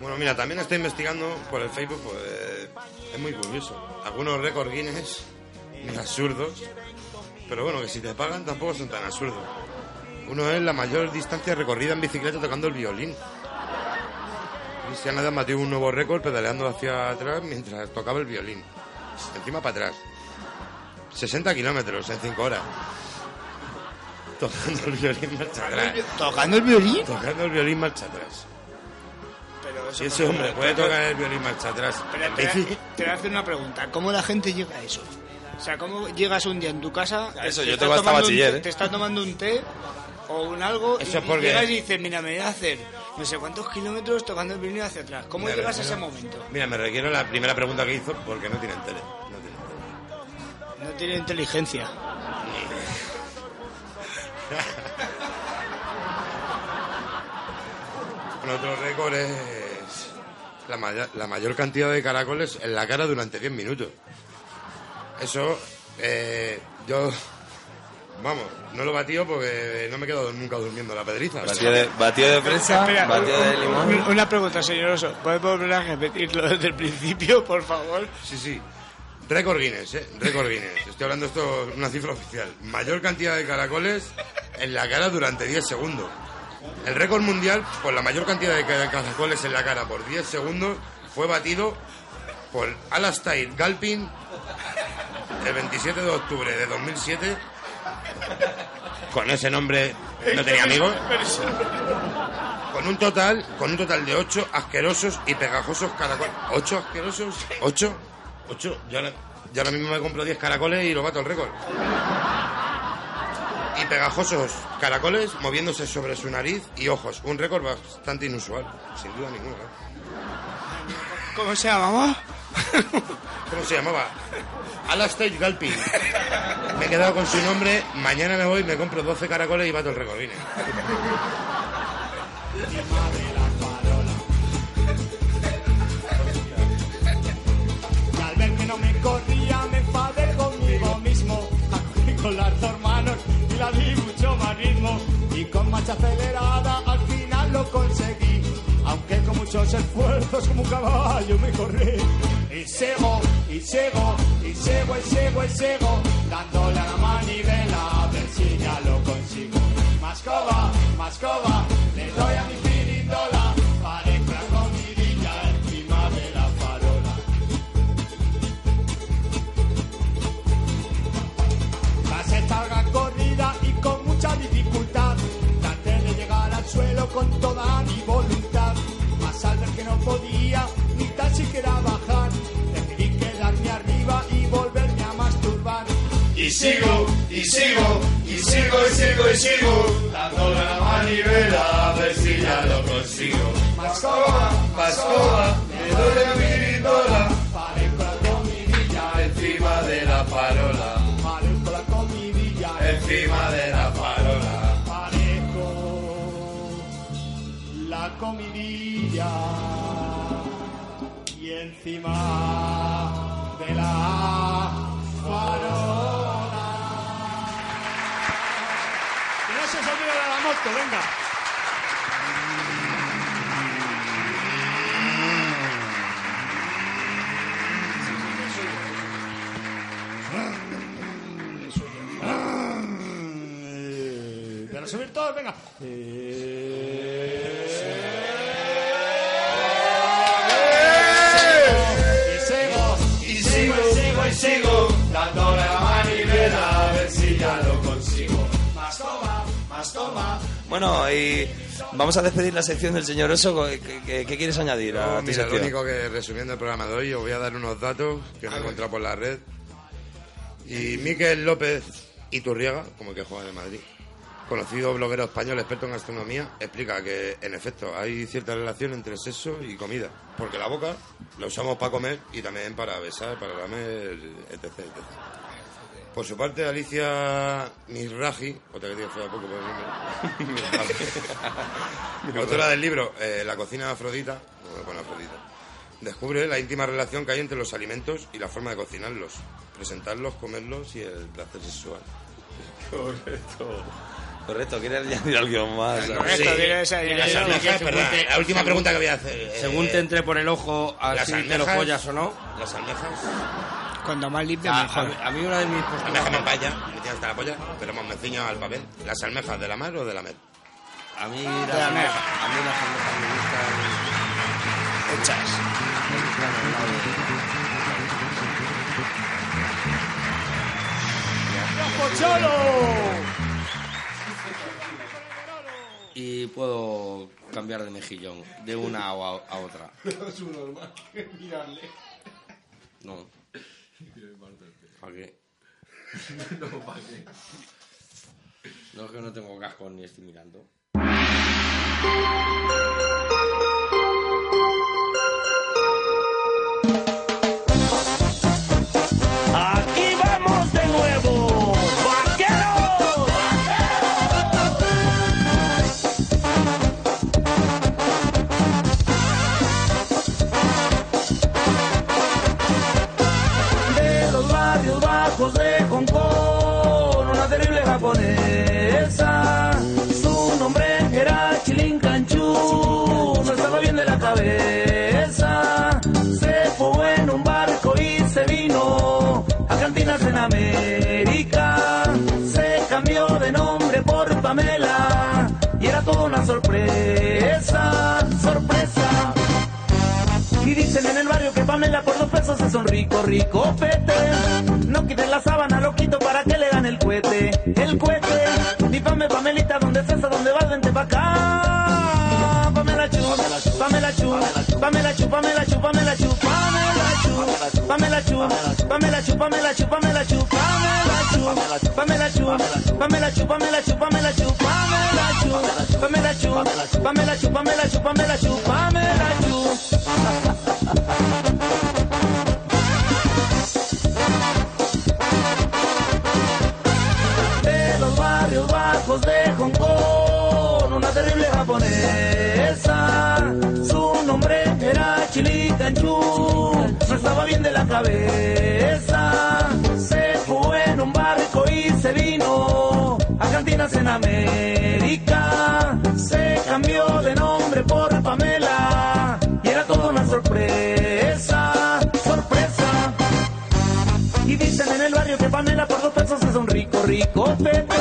G: Bueno, mira, también estoy investigando por el Facebook, pues eh, es muy curioso. Algunos récords Guinness, muy absurdos, pero bueno, que si te pagan tampoco son tan absurdos. Uno es la mayor distancia recorrida en bicicleta tocando el violín. Cristian Adam batió un nuevo récord pedaleando hacia atrás mientras tocaba el violín. Encima para atrás. 60 kilómetros en 5 horas. Tocando el violín marcha atrás.
B: ¿Tocando el violín?
G: Tocando el violín marcha atrás.
B: Pero
G: Si ese hombre puede tocar el violín marcha atrás.
A: Eh,
G: en
B: Te,
G: bici,
B: voy a- te voy a hacer una pregunta. ¿Cómo la gente llega a eso? O sea, ¿cómo llegas un día en tu casa?
A: Eso,
B: te
A: yo
B: estás
A: tengo hasta
B: tomando un
A: bachiller,
B: té-
A: ¿eh?
B: Te estás tomando un té o un algo y,
A: Eso es porque-
B: y llegas y dices, mira, me voy a hacer no sé cuántos kilómetros tocando el violín hacia atrás. ¿Cómo
G: Me
B: llegas a ese
G: refiero-
B: momento?
G: Mira, me requiero la primera pregunta que hizo porque no tienen tele. No tienen tele.
B: No tiene inteligencia.
G: Bueno, otro récord es la, maya- la mayor cantidad de caracoles en la cara durante 10 minutos. Eso, eh, yo, vamos, no lo batió porque no me he quedado nunca durmiendo la pedriza.
A: Batido de, batido de fresa,
B: Espera,
A: batido de
B: un-
A: limón.
B: un- Una pregunta, señor Oso. ¿Puedes volver a repetirlo desde el principio, por favor?
G: Sí, sí. Récord Guinness, ¿eh? Récord Guinness. Estoy hablando esto, una cifra oficial. Mayor cantidad de caracoles en la cara durante 10 segundos. El récord mundial por la mayor cantidad de ca- caracoles en la cara por 10 segundos fue batido por Alastair Galpin el 27 de octubre de 2007. Con ese nombre no tenía amigos. Con un total, con un total de 8 asquerosos y pegajosos caracoles. ¿8 asquerosos? ¿8? ¿8? Yo ahora, yo ahora mismo me compro 10 caracoles y lo bato el récord. Y pegajosos caracoles moviéndose sobre su nariz y ojos. Un récord bastante inusual, sin duda ninguna.
B: ¿Cómo se llamaba?
G: ¿Cómo se llamaba? Alastair Galpin. Me he quedado con su nombre. Mañana me voy, me compro 12 caracoles y bato el récord. Vine.
M: Y al ver que no me corría, me enfadé conmigo mismo. Acudí con las dos manos y la di mucho manismo. Y con marcha acelerada al final lo conseguí. Aunque con muchos esfuerzos como un caballo me corrí. Y sigo, y sigo, y sigo, y sigo, y sigo. Dándole a la manivela a ver si ya lo consigo. Mascova, mascova, le doy a mi pirindola. Parezco una comidilla encima de la farola. Tras esta gran corrida y con mucha dificultad, traté de llegar al suelo con toda mi voluntad. Mas al ver que no podía ni tan siquiera bajar, decidí quedarme arriba y volverme a masturbar. Y sigo, y sigo, y sigo, y sigo, y sigo, dándole a la manivela a ver si ya lo consigo. Mascova, mascova, le doy a mi gritola, parezco la comidilla encima de la parola. Parezco la comidilla encima de la parola. Parezco la comidilla y encima de la farola. Que no se os olvide la moto, venga. Pero subir todos, venga. Eh. Y sigo, y sigo, y sigo, toma.
A: Bueno, y vamos a despedir la sección del señor Oso. ¿Qué, qué- qué quieres añadir a
G: No,
A: tu
G: Oh, mira, lo
A: sección?
G: único que resumiendo el programa de hoy, os voy a dar unos datos que me he encontrado por la red. Y Miquel López Iturriaga, como el que juega en el Madrid, conocido bloguero español, experto en gastronomía, explica que, en efecto, hay cierta relación entre sexo y comida. Porque la boca la usamos para comer y también para besar, para lamer, etc. etc. Por su parte, Alicia Miraji, otra que tiene fue poco por el nombre. Autora del libro eh, La cocina de Afrodita, bueno, con Afrodita, descubre la íntima relación que hay entre los alimentos y la forma de cocinarlos, presentarlos, comerlos y el placer sexual.
A: Correcto. Correcto, ¿quieres añadir algo más?
G: Correcto, Sí. dile esa- dile esa- Las almejas, perdón, la última pregunta que voy a hacer,
F: Según
G: eh,
F: te entre por el ojo, así
G: las
F: te lo
G: almejas-
F: follas o no.
G: Las almejas.
B: Cuando más limpia,
G: Ah,
B: mejor.
G: A, a mí una de mis posturas... Almejas en paya, me tiene hasta la polla, pero me enseño al papel. ¿Las almejas de la mar o de la mer?
F: A mí
G: las
F: la
G: almejas-
F: almeja.
G: a mí las almejas me gustan... Hechas.
F: Y puedo cambiar de mejillón, de una a, a otra.
K: es un normal que mirarle.
F: No. ¿Para qué?
K: No, ¿para qué?
F: No es que no tengo casco ni estoy mirando.
I: Aquí vamos de nuevo, vaqueros.
J: de los barrios bajos de Hong Kong, una terrible japonesa. Su nombre era Chilin Canchú, no estaba bien de la cabeza. Se fue en un barco y se vino a cantinas en América. Se cambió de nombre por Pamela y era toda una sorpresa, sorpresa. Y dicen en el barrio que Pamela por dos pesos es un rico, rico pete. No quiten la sábana, lo quito para que le dan el cohete. El cohete. Dipame, Pamelita, ¿dónde estás? ¿A dónde vas? Vente pa' acá. Pamela chu, Pamela chu, Pamela chu, Pamela chu, Pamela chu, Pamela chu, Pamela chu, Pamela chu, Pamela chu, Pamela chu, Pamela chu, Pamela chu, Pamela chu, Pamela chu, Pamela chu, Pamela chu, Pamela chu, Pamela chu, Pamela chu, Pamela chu, Pamela chu. de los barrios bajos de Hong Kong, una terrible japonesa. Su nombre era Chili Canchú, no estaba bien de la cabeza. Se fue en un barco y se vino a cantinas en América. Se cambió de nombre por Pamela y era toda una sorpresa, sorpresa. Y dicen en el barrio que Pamela por dos pesos es un rico, rico pepe.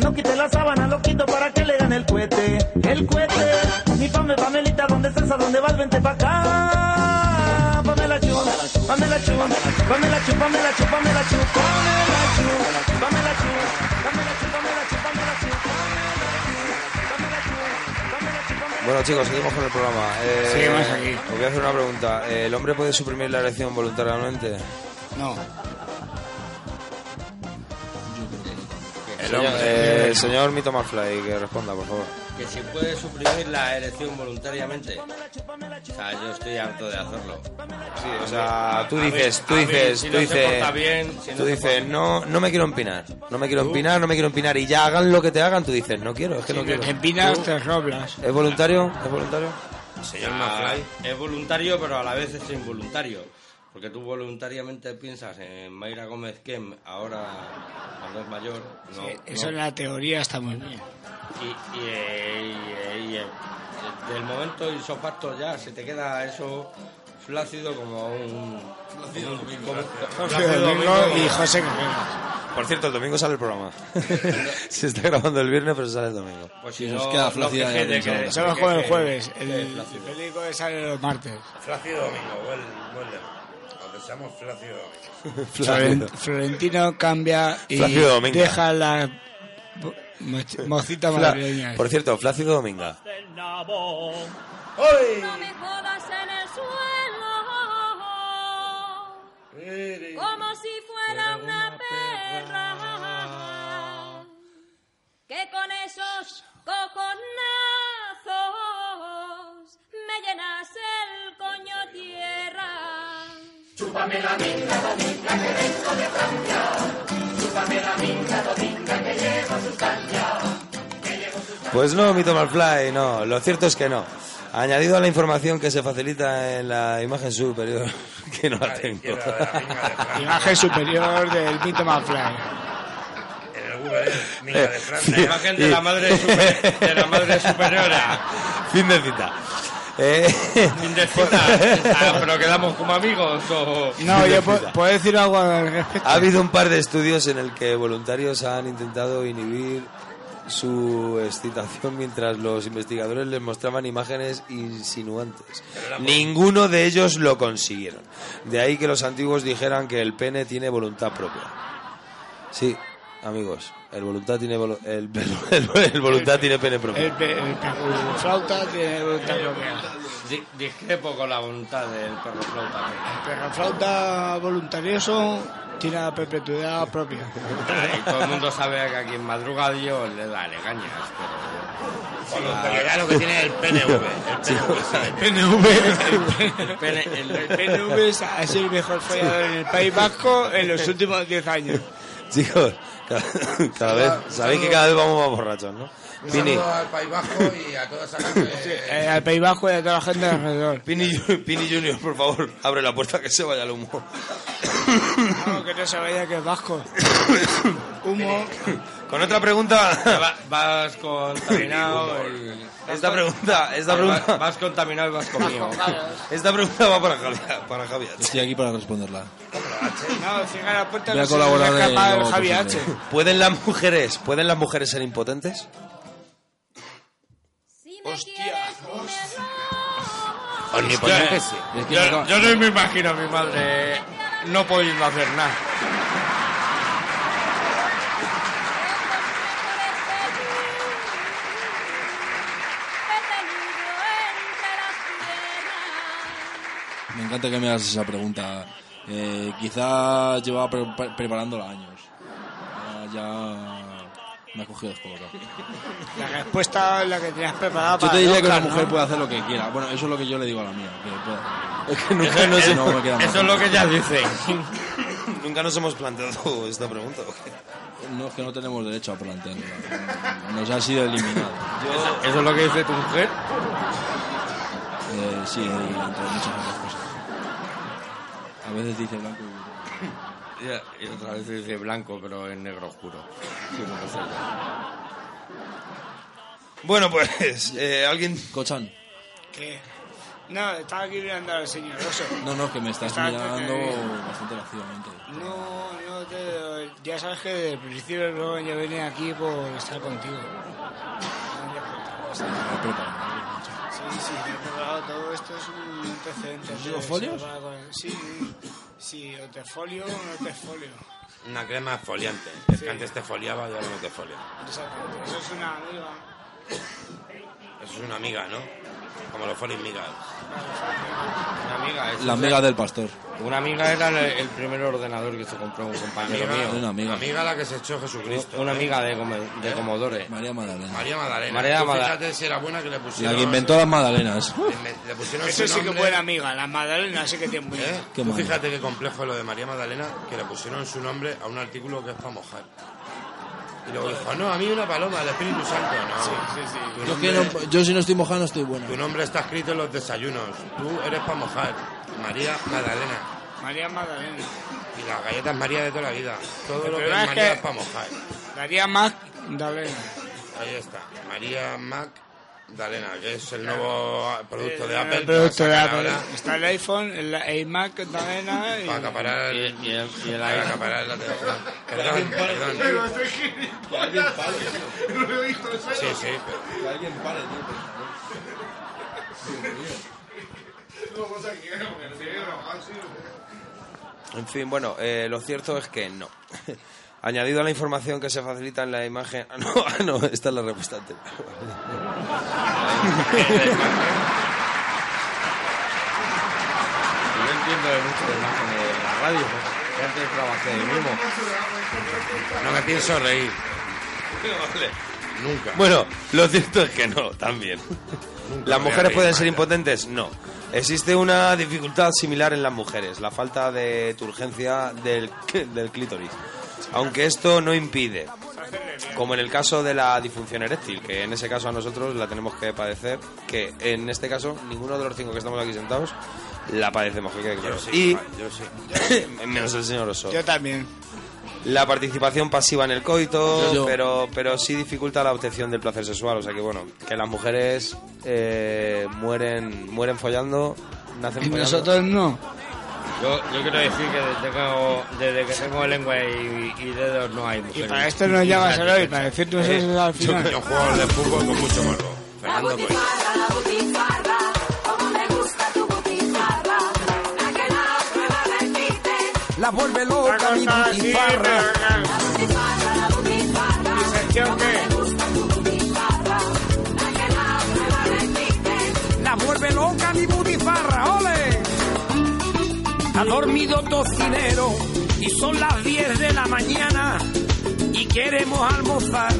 J: No quite la sábana, lo quito para que le dan el cohete, el cohete. Mi Pame, Pamelita, ¿dónde estás? ¿A dónde vas? Vente pa' acá. Pamela chu, Pamela chu, Pamela chu, Pamela chu, Pamela chu, Pamela chu, Pamela chu, Pamela chu, Pamela chu, Pamela chu.
A: Bueno, chicos, seguimos con el programa. Eh,
B: Seguimos aquí.
A: Os voy a hacer una pregunta. ¿El hombre puede suprimir la erección voluntariamente?
B: No.
A: El señor, eh, señor Mito Malfly, que responda, por favor.
F: Que si puede suprimir la erección voluntariamente. O sea, yo estoy harto de hacerlo. Sí,
A: O sea, tú dices, tú dices, tú dices, tú dices, no, no me quiero empinar, no me quiero empinar, no me quiero empinar y ya hagan lo que te hagan, tú dices, no quiero, es que no quiero.
B: Te empinas,
A: Tú-
B: te roblas.
A: ¿Es voluntario? ¿Es voluntario?
F: Señor Es voluntario, pero a la vez es involuntario. Porque tú voluntariamente piensas en Mayra Gómez Kem, ahora cuando es mayor. No,
A: Eh,
B: Sí, eso
F: no.
B: en la teoría está muy bien.
F: Y, y, eh, y, eh, y, eh, del momento y sofacto ya se te queda eso flácido como un. Flácido domingo.
B: José Domingo y José Carreras.
A: Por cierto, el domingo sale el programa. se está grabando el viernes, pero sale el domingo.
F: Pues si nos queda flácida
A: quejéis
F: ya
A: de que-
F: pensado.
B: Eso lo juega el jueves. El,
G: Sí,
B: el
G: flácido.
B: periódico que sale los martes.
G: Flácido Domingo, buen, buen lema. Nos deseamos Flácido Domingo.
B: Florent- Florentino cambia y
A: Flácido Domingo.
B: deja la, Moch- Mocita
A: Fla-
B: madrileña.
A: Por cierto, Flácido Dominga.
I: No me jodas en el suelo. Como si fuera una perra. Que con esos coconazos me llenas el coño tierra. Chúpame la minga, dominga, que vengo de Francia. Chúpame la minga, dominga, que llevo sustancia.
A: Pues no, mi Fly, no. Lo cierto es que no. Añadido a la información que se facilita en la imagen superior, que no la tengo.
B: Imagen superior del Pinto Manfly.
A: Eh, sí,
H: imagen de la
A: y-
H: madre super- de la madre superiora.
A: Fin de cita. Eh,
H: Indecisa. Ah, pero quedamos como amigos o...
B: No, yo puedo, puedo decir algo al respecto.
A: Ha habido un par de estudios en el que voluntarios han intentado inhibir su excitación mientras los investigadores les mostraban imágenes insinuantes. Ninguno de ellos lo consiguieron. De ahí que los antiguos dijeran que el pene tiene voluntad propia. Sí, amigos, el voluntad tiene volu- el, el- el voluntad tiene pene propio.
B: El, pe- el perro flauta tiene voluntad propia.
H: Di- Discrepo con la voluntad del perro flauta.
B: Perro flauta voluntarioso tiene la perpetuidad propia.
H: Ah, Y todo el mundo sabe que aquí en madruga Dios le da legañas, Ah, pero...
G: Voluntariedad lo que tiene el PNV. El
B: PNV.
H: El pene- el-
B: El PNV es- ha sido el mejor follador en el País Vasco en los últimos 10 años.
A: Chicos, cada, cada vez, sabéis que cada vez vamos más borrachos, ¿no?
G: Un
A: Pini,
G: saludo al País Bajo y a toda esa gente.
B: Eh, al País Vasco y a toda la gente alrededor.
A: Pini, Pini Junior, por favor, abre la puerta que se vaya el humo.
B: No, que no se vaya que es vasco. Humo.
A: Con otra pregunta.
H: Va- vas contaminado y...
A: Esta pregunta, esta
H: Va-
A: pregunta.
H: Vas contaminado y vas conmigo.
A: Esta pregunta va para Javier. Para Javier.
C: Estoy aquí para responderla.
B: No, cierra la puerta
C: Voy
B: no
C: a
B: se
C: colaborar
B: deja
C: en
B: escapar
C: lo
B: Javi H.
C: posible.
A: ¿Pueden las mujeres, pueden las mujeres ser impotentes?
I: Hostia.
H: Pues Omnipotente
G: Yo-
H: sí.
G: Es que
H: Yo,
G: no-
H: yo no me imagino a mi madre no pudiendo hacer nada.
C: Me encanta que me hagas esa pregunta. Eh, quizá llevaba pre- pre- preparándola años. Ya, ya me ha cogido descolocado.
B: La respuesta es la que tenías preparada
C: Yo
B: para
C: te diría
B: el
C: que una
B: Oscar,
C: mujer
B: ¿no?
C: puede hacer lo que quiera. Bueno, eso es lo que yo le digo a la mía. Que puede hacer.
A: Es que nunca nos hemos-
C: me queda más.
A: Eso es lo que ellas dicen. Nunca nos hemos planteado esta pregunta. ¿o qué?
C: No, es que no tenemos derecho a plantearlo. Nos ha sido eliminado.
H: ¿Eso es lo que dice tu mujer?
C: Eh, sí, entre muchas otras cosas. A veces dice blanco y negro.
H: Y, y otra vez dice blanco, pero en negro oscuro.
A: Bueno, pues, eh, alguien.
C: Cochan.
B: ¿Qué? No, estaba aquí mirando al señor Oso.
C: No, no, que me estás
B: Está-
C: mirando bastante lascivamente.
B: No, no te doy. Ya sabes que desde el principio del programa yo venía aquí por estar contigo.
C: Me he preparado.
B: Sí, sí, te he preparado todo esto es un antecedente.
C: ¿Os digo folios?
B: Sí, sí, o te folio o no te folio.
G: Una crema foliante. Es que antes te foliaba y ahora no te folia.
B: Exactamente. Eso es una amiga.
G: Eso es una amiga, ¿no? Como los folis migas.
H: Una amiga. eso
C: La
H: es-
C: amiga del pastor.
H: Una amiga era el, el primer ordenador que se compró un compañero
G: Amiga.
H: mío.
C: Una amiga.
G: Amiga la que se echó Jesucristo.
H: Una amiga de, Come- de Comodore.
C: María Magdalena.
G: María Magdalena.
H: María
G: Tú
H: Magdalena.
G: Fíjate si era buena que le pusieron.
C: La que inventó las magdalenas.
G: Le, le pusieron
B: Eso
G: su
B: sí que
G: nombre,
B: buena amiga. La Madalena sí que tiene muy.
G: ¿eh?
C: Qué
G: Tú
C: mal.
G: fíjate qué complejo lo de María Magdalena, que le pusieron su nombre a un artículo que es para mojar. Y luego dijo, no, a mí una paloma, el Espíritu Santo. No, Tu,
C: Yo,
G: nombre,
C: que no- yo si no estoy mojado no estoy bueno.
G: tu nombre está escrito en los desayunos. Tú eres para mojar. María Magdalena.
B: María Magdalena.
G: Y las galletas María de toda la vida. Todo
B: El
G: lo que es
B: problema es
G: María
B: que-
G: es para mojar.
B: Daría más Magdalena.
G: Ahí está, María Mac Dalena, que es el nuevo producto de Apple.
B: El producto
G: que
B: de
G: va a
B: Apple.
G: sacar
B: Está el iPhone, el iMac Magdalena
G: ahora Para
B: y.
G: acaparar
H: Y,
G: el...
H: y el, y el
G: Para
H: aire.
G: acaparar la televisión. Perdón, perdón. Sí, sí.
A: En fin, bueno, eh, lo cierto es que no. Añadido a la información que se facilita en la imagen. Ah, no, ah, no, esta es la respuesta anterior.
F: Yo entiendo de mucho de imagen de la radio. Que antes trabajé ahí mismo.
G: No me pienso reír. Nunca.
A: Bueno, lo cierto es que no, también. ¿Las
G: voy a
A: mujeres
G: reír,
A: pueden ser
G: Maya.
A: impotentes? No. Existe una dificultad similar en las mujeres, la falta de turgencia del, del clítoris. Aunque esto no impide, como en el caso de la disfunción eréctil, que en ese caso a nosotros la tenemos que padecer, que en este caso ninguno de los cinco que estamos aquí sentados la padecemos. que quede claro. y menos el señor Oso.
B: Yo también.
A: La participación pasiva en el coito,
B: Yo.
A: pero pero sí dificulta la obtención del placer sexual. O sea que bueno, que las mujeres eh, mueren mueren follando, nacen
B: Y
A: follando.
B: nosotros no.
F: Yo, yo quiero decir que desde que tengo, desde que tengo lengua y, y dedos no hay mujeres.
B: Para esto no llegas a hoy, para decirnos eso al final.
G: Yo juego al de fútbol con mucho morbo. Fernando Coelho.
I: La butifarra, como me gusta tu butifarra, la que la prueba repite.
J: La vuelve loca mi butifarra.
I: La butifarra, como me gusta tu butifarra, la que la prueba repite.
J: La vuelve loca mi butifarra, ole. Ha dormido tocinero y son las 10 de la mañana y queremos almorzar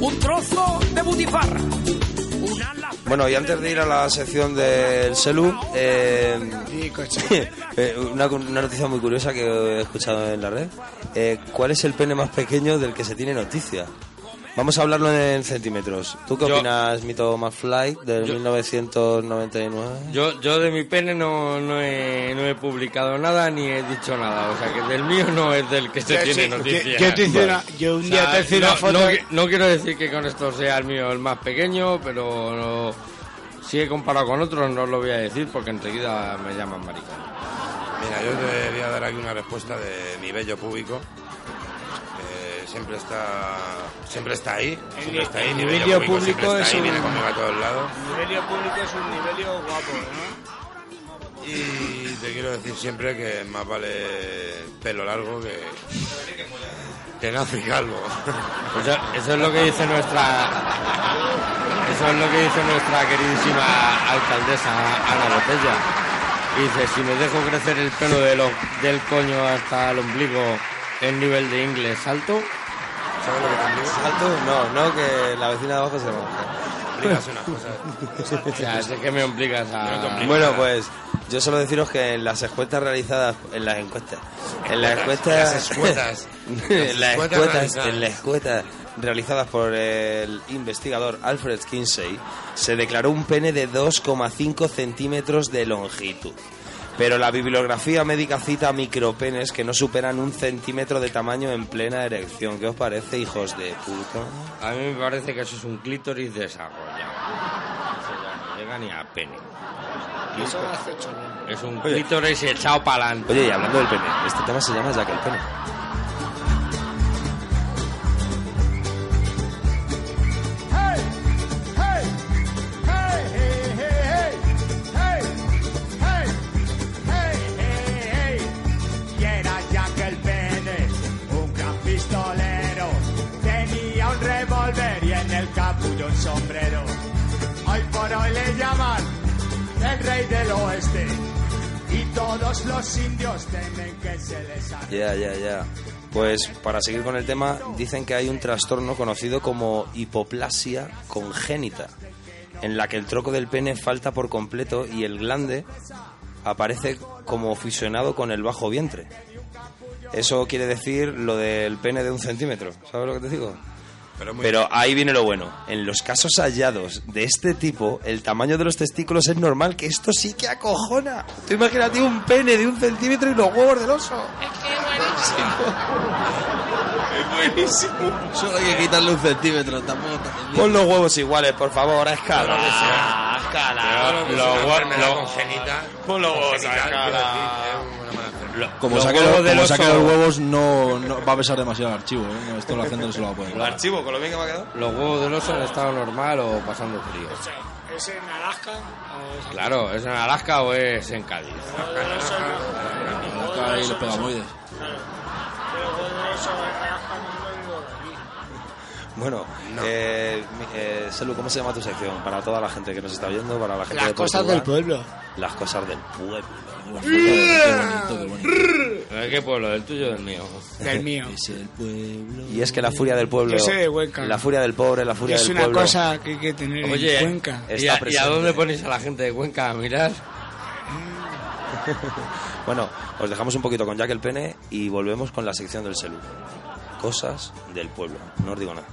J: un trozo de butifarra.
A: Bueno, y antes de ir a la sección del Selu, eh, eh, una, una noticia muy curiosa que he escuchado en la red. Eh, ¿Cuál es el pene más pequeño del que se tiene noticia? Vamos a hablarlo en centímetros. ¿Tú qué
F: Yo-
A: opinas, Mito McFly, del 1999?
F: Yo, yo de mi pene no, no, he, no he publicado nada ni he dicho nada. O sea, que del mío no es del que se
B: Yo
F: tiene
B: sí,
F: noticia.
B: yo- yo te hice
F: Vale.
B: una- yo un día te hice una
F: no-
B: foto
F: No,
B: que-
F: qui- no quiero decir que con esto sea el mío el más pequeño, pero no- si he comparado con otros no lo voy a decir porque enseguida me llaman maricón.
G: Mira, yo te voy a dar aquí una respuesta de mi bello público. Eh, siempre está siempre está ahí. Siempre está ahí. Mi
B: el
G: bello
B: bello
G: público,
B: público es
G: siempre está ahí.
B: un-
G: Viene conmigo a todos lados.
B: Nivelio público es un nivelio guapo, ¿eh?
G: Y te quiero decir siempre que más vale pelo largo que. que nazi calvo.
F: Eso, eso es lo que dice nuestra. Eso es lo que dice nuestra queridísima alcaldesa Ana Botella. Dice, si me dejo crecer el pelo de lo- del coño hasta el ombligo, el nivel de inglés alto.
G: ¿Sabes lo que te digo?
A: ¿Salto? No, no, que la vecina de abajo se
G: Explicas unas cosas.
F: O sea, es que me obligas a.
A: Bueno, pues yo solo deciros que en las encuestas realizadas, en las encuestas, en las encuestas,
G: Las escuetas.
A: en las
G: Las escuetas
A: encuestas,
G: realizadas.
A: en las encuestas realizadas por el investigador Alfred Kinsey, se declaró un pene de 2,5 centímetros de longitud. Pero la bibliografía médica cita micropenes que no superan un centímetro de tamaño en plena erección. ¿Qué os parece, hijos de puta?
F: A mí me parece que eso es un clítoris desarrollado. Eso ya no llega ni a pene.
B: Eso lo hace hecho bien.
F: Es un
A: Oye.
F: clítoris echado para adelante.
A: Oye, y hablando del pene, este tema se llama Jack el pene.
M: Hey, hey, hey, hey, hey, hey, hey, hey, hey, hey. Y era Jack el Pene, un gran pistolero. Tenía un revólver y en el capullo un sombrero. Hoy por hoy le llaman el rey del oeste. Y todos los indios temen que se les arregle.
A: Ya, ya, ya. Pues para seguir con el tema, dicen que hay un trastorno conocido como hipoplasia congénita, en la que el troco del pene falta por completo y el glande aparece como fusionado con el bajo vientre. Eso quiere decir lo del pene de un centímetro, ¿sabes lo que te digo?
G: Pero, muy-
A: Pero ahí viene lo bueno. En los casos hallados de este tipo, el tamaño de los testículos es normal, que esto sí que acojona. Tú imagínate un pene de un centímetro y los huevos del oso.
N: Solo hay que quitarle un centímetro, tampoco está tan bien. Ah.
A: Pon los huevos iguales, por favor, a escala.
B: Ah,
A: A
G: Claro que
A: escala.
G: es una enfermedad congénita.
B: pues
A: Pon los huevos a
G: Congénita, quiero
A: escala.
G: decir, es una mala enfermedad.
C: Como
F: Los
C: saque,
F: huevos
C: los-
F: del
C: como saque
F: oso.
C: los huevos, no, no va a pesar demasiado el archivo. ¿eh? Esto la gente no se lo va a poner.
A: Archivo, con lo bien que me ha quedado.
F: ¿Los huevos del oso en estado normal o pasando frío?
B: ¿Es en Alaska? o es en-
F: Claro, ¿es en Alaska o es en Cádiz?
B: Pero
C: Ahí los pegamoides.
B: bueno, eso,
A: Bueno, eh, mi- eh, Selu, ¿cómo se llama tu sección? Para toda la gente que nos está viendo, para la gente
B: Las
A: de
B: cosas
A: Portugal.
B: del pueblo.
A: Las cosas del pueblo.
H: ¿De qué pueblo? ¿Del tuyo o del mío?
B: Del mío.
A: Y es que la furia del pueblo.
B: Yo soy de Huenca.
A: La furia del pobre, la furia
B: Es
A: del
B: una
A: pueblo.
B: cosa que hay que tener
H: Oye,
B: en Cuenca.
A: está
H: ¿y a, y a
A: presente.
H: dónde ponéis a la gente de Cuenca a mirar?
A: Bueno, os dejamos un poquito con Jack el Pene y volvemos con la sección del Selu. Cosas del pueblo. No os digo nada.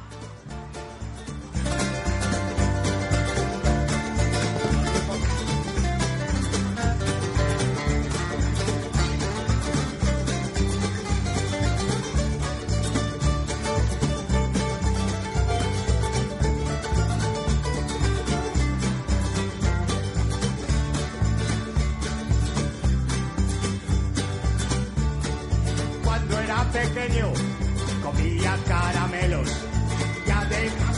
M: Cuando era pequeño comía caramelos y además.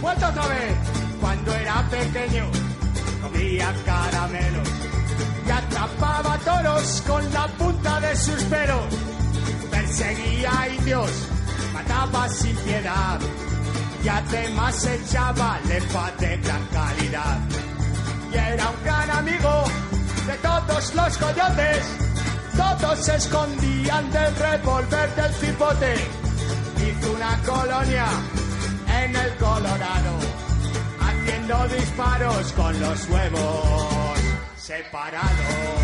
M: ¡Vuelta otra vez! Cuando era pequeño comía caramelos y atrapaba toros con la punta de sus pelos. Perseguía a indios, mataba sin piedad y además echaba lepas de gran calidad. Y era un gran amigo de todos los coyotes. Todos se escondían del revólver del cipote. Hizo una colonia en el Colorado, haciendo disparos con los huevos separados.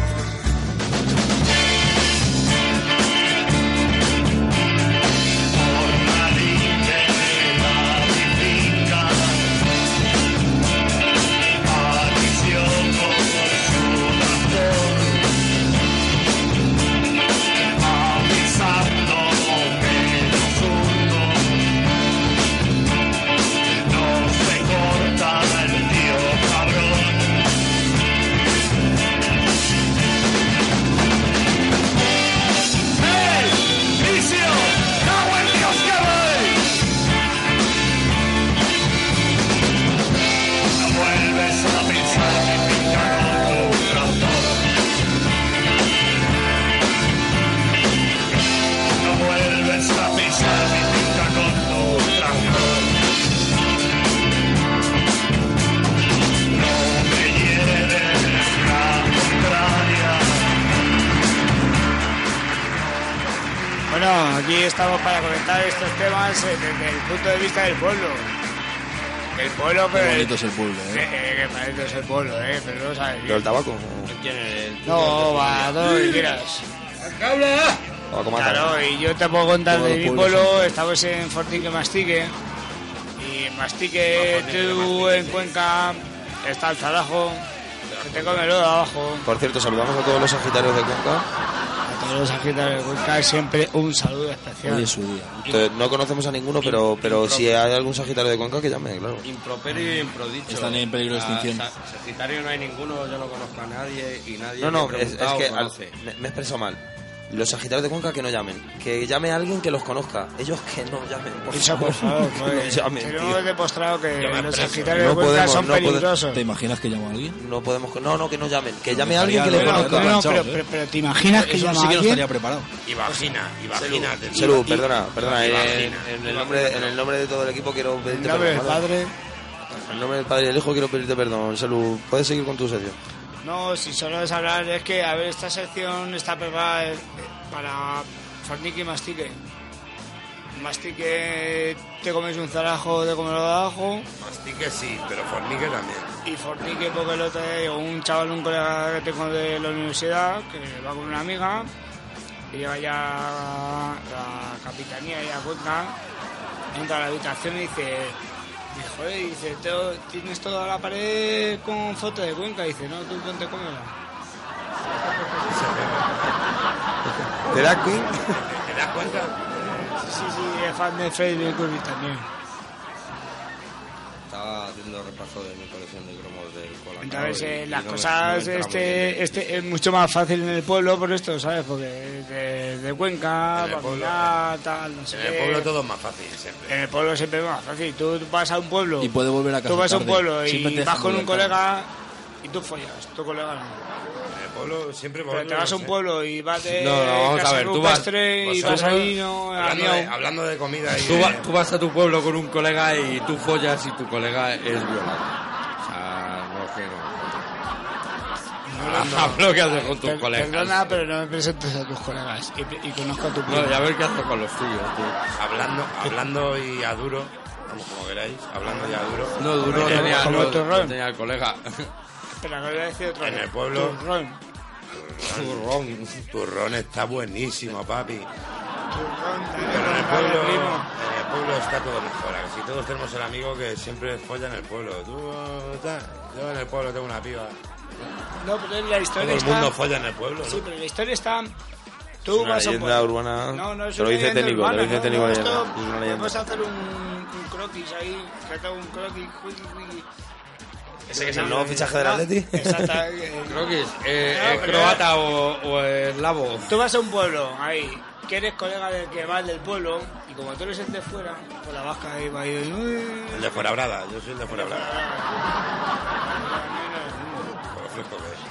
I: Vuelves a pensar en pintar con tu No vuelves a pisar mi finca con tu tractor. No me lleves la contraria.
B: Bueno, aquí estamos para comentar estos temas eh, desde el punto de vista del pueblo. El pueblo, pero.
C: Qué bonito es el pueblo,
B: Eh, eh, qué bonito es el pueblo, eh, pero no sabes.
A: Pero el tabaco.
B: No, va, todo lo que quieras.
A: tabaco mata.
B: Claro, y yo te puedo contar
A: Todos
B: de
A: los
B: mi
A: pueblos
B: pueblo, estamos en Fortín que Mastique. Y en Mastique, tú en Cuenca, está el zarajo, que te come lo de abajo.
A: Por cierto, saludamos a todos los sagitarios de Cuenca.
B: A todos los agitadores de Cuenca, siempre un saludo especial.
A: Hoy es su Entonces, no conocemos a ninguno, pero, pero si hay algún sagitario de Cuenca, que llame, claro.
F: Improperio y improdicho.
A: Están en peligro de
F: Ah,
A: extinción.
F: sa- Sagitario no hay ninguno, yo no conozco a nadie y nadie.
A: No, no,
F: me ha
A: es, es
F: preguntado
A: que al-
F: conoce.
A: me, me he expresado mal. Los sagitarios de Cuenca que no llamen. Que llame a alguien que los conozca. Ellos que no llamen, por
B: Eso,
A: favor.
B: por favor,
A: que
B: joder.
A: no llamen,
B: Que
A: tío.
B: no hemos demostrado que
A: Yo me
B: los
A: preso.
B: agitarios de Cuenca son
A: pode-
B: peligrosos.
A: imaginas que llama a alguien? No podemos... No, no, que no llamen. Que llame a
B: estaría
A: alguien que le
B: no,
A: conozca.
B: no, pero, pero- pero te imaginas que llama a alguien?
A: preparado.
G: Y vagina, y vagina. te digo.
A: Salud,
G: Y-
A: perdona, perdona.
G: y
A: eh,
G: vagina.
A: en, el nombre, en el nombre de todo el equipo quiero pedirte
B: nombre
A: perdón.
B: del
A: ¿vale? En nombre del padre y del hijo quiero pedirte perdón. Salud, puedes seguir con tu sección.
B: No, si solo es hablar, es que, a ver, esta sección está preparada eh, para Fornique y Mastique. Mastique, te comes un zarajo, te comes lo de abajo.
G: eh. Mastique sí, pero fornique también.
B: Y Fornique, porque el otro día llegó un chaval, un colega que tengo de la universidad, que va con una amiga, y lleva ya la capitanía y a Cuenca, entra a la habitación y dice, y, joder, y dice, "Teo, tienes toda la pared con fotos de Cuenca, y dice, no, tú ponte cómela.
A: ¿Te das Queen?
G: ¿Te das cuenta?
B: Sí, sí, sí, es fan de Freddy Mercury también.
F: Estaba haciendo repaso de mi colección de cromos del Colacao
B: Entonces,
F: y-
B: eh,
F: y
B: las
F: no me- no
G: Ah,
B: cosas,
F: me entra muy
B: este,
F: bien.
B: este es mucho más fácil en el pueblo por esto, ¿sabes? Porque es de, de Cuenca,
G: En el pueblo-
B: Bacalá, tal, no sé
G: En el
B: qué.
G: pueblo todo es más fácil siempre.
B: Eh, En el pueblo siempre es más fácil. Tú vas a un pueblo.
C: Y puede volver a casa
B: Tú vas a un
C: tarde.
B: pueblo
C: Siempre te
B: y
C: dejan
B: vas con un
C: volver tarde.
B: colega y tú follas. Tu colega no.
G: En el pueblo, Eh, siempre
B: Pero te vas a un pueblo y vas de
G: No, no, vamos a
B: casa
G: ver, tú vas-
B: rupestre y
G: vosotros-
B: vas ahí, no,
G: Hablando
B: había
G: de-
B: un-
G: hablando de comida y
F: Tú,
G: de-
F: va- tú vas a tu pueblo con un colega y tú follas y tu colega es violado. O sea, no es que no. Hablo que haces con tus
B: Per-
F: colegas.
B: Perdona, pero no me presentes a tus colegas y, y conozco a tu pueblo.
F: No, y a ver qué haces con los tuyos, tú.
G: Hablando, hablando y a duro, vamos como queráis, hablando y a duro.
F: No, duro no
G: Eh,
F: tenía,
G: como
F: no-
G: tu
F: no
G: ron.
F: tenía el colega.
B: Espera, que voy a decir otra
G: En
B: vez.
G: el pueblo.
B: Turrón.
G: Turrón. Turrón está buenísimo, papi.
B: Turrón,
G: Pero en el
B: vale,
G: pueblo,
B: primo.
G: en el pueblo está todo mejor. Si todos tenemos el amigo que siempre folla en el pueblo. Tú, eh, tal, yo en el pueblo tengo una piba.
B: No, pero es la historia
G: Todo el
B: está...
G: mundo folla en el pueblo, ¿no?
B: Sí, pero la historia está... Tú
A: una
B: vas a un
A: leyenda
B: pueblo.
A: urbana.
B: No, no, es
A: Te lo
B: una
A: dice
B: leyenda
A: técnico,
B: urbana,
A: te lo dice
B: no,
A: técnico
B: no,
A: de
B: esto-
A: leyenda, es una leyenda.
B: Podemos hacer un, un croquis ahí, que haga un croquis, cuiqui, cuiqui.
A: ¿Ese que es el nuevo fichaje del Atleti?
B: Exactamente.
F: Croquis, eh,
B: No,
F: eh,
B: pero-
F: croata o, o eslavo.
B: Tú vas a un pueblo, ahí, que eres colega del que va del pueblo, y como tú eres el de fuera, por la vasca ahí va a ir...
G: El de Fuenlabrada, yo soy el de Fuenlabrada. Por lo fresco que es.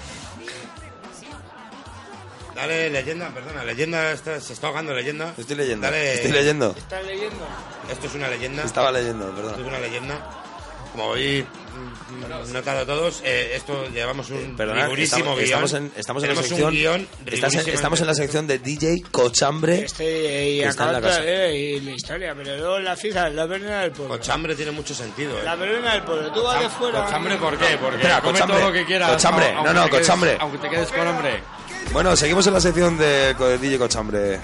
G: Dale, leyenda, perdona, leyenda, está- se está ahogando leyenda.
A: Estoy leyendo,
G: Dale.
A: estoy leyendo.
B: ¿Estás leyendo?
G: Esto es una leyenda.
A: Estaba leyendo,
G: Esto es
A: perdón.
G: una leyenda. Como hoy mm, notado todos, eh, esto llevamos un
A: Perdona,
G: rigurísimo
A: estamos,
G: guión.
A: estamos en, estamos en la
G: Tenemos
A: sección.
G: un guión
A: estás en-
G: rigurísimo.
A: estamos en la sección de DJ Cochambre.
B: Este, y
A: que está en
B: acá
A: la
B: otra
A: casa.
B: vez, y la historia, pero luego la fiesta, la verbena del pueblo.
G: Cochambre tiene mucho sentido, eh.
B: La verbena del pueblo, tú vas de fuera...
F: Cochambre, ¿por qué? Porque
A: Espera,
F: come
A: cochambre,
F: todo lo que quieras.
A: cochambre,
F: aunque
A: no, no,
F: te quedes-
A: cochambre.
F: Aunque te quedes con hombre.
A: Bueno, seguimos en la sección de co- de DJ Cochambre.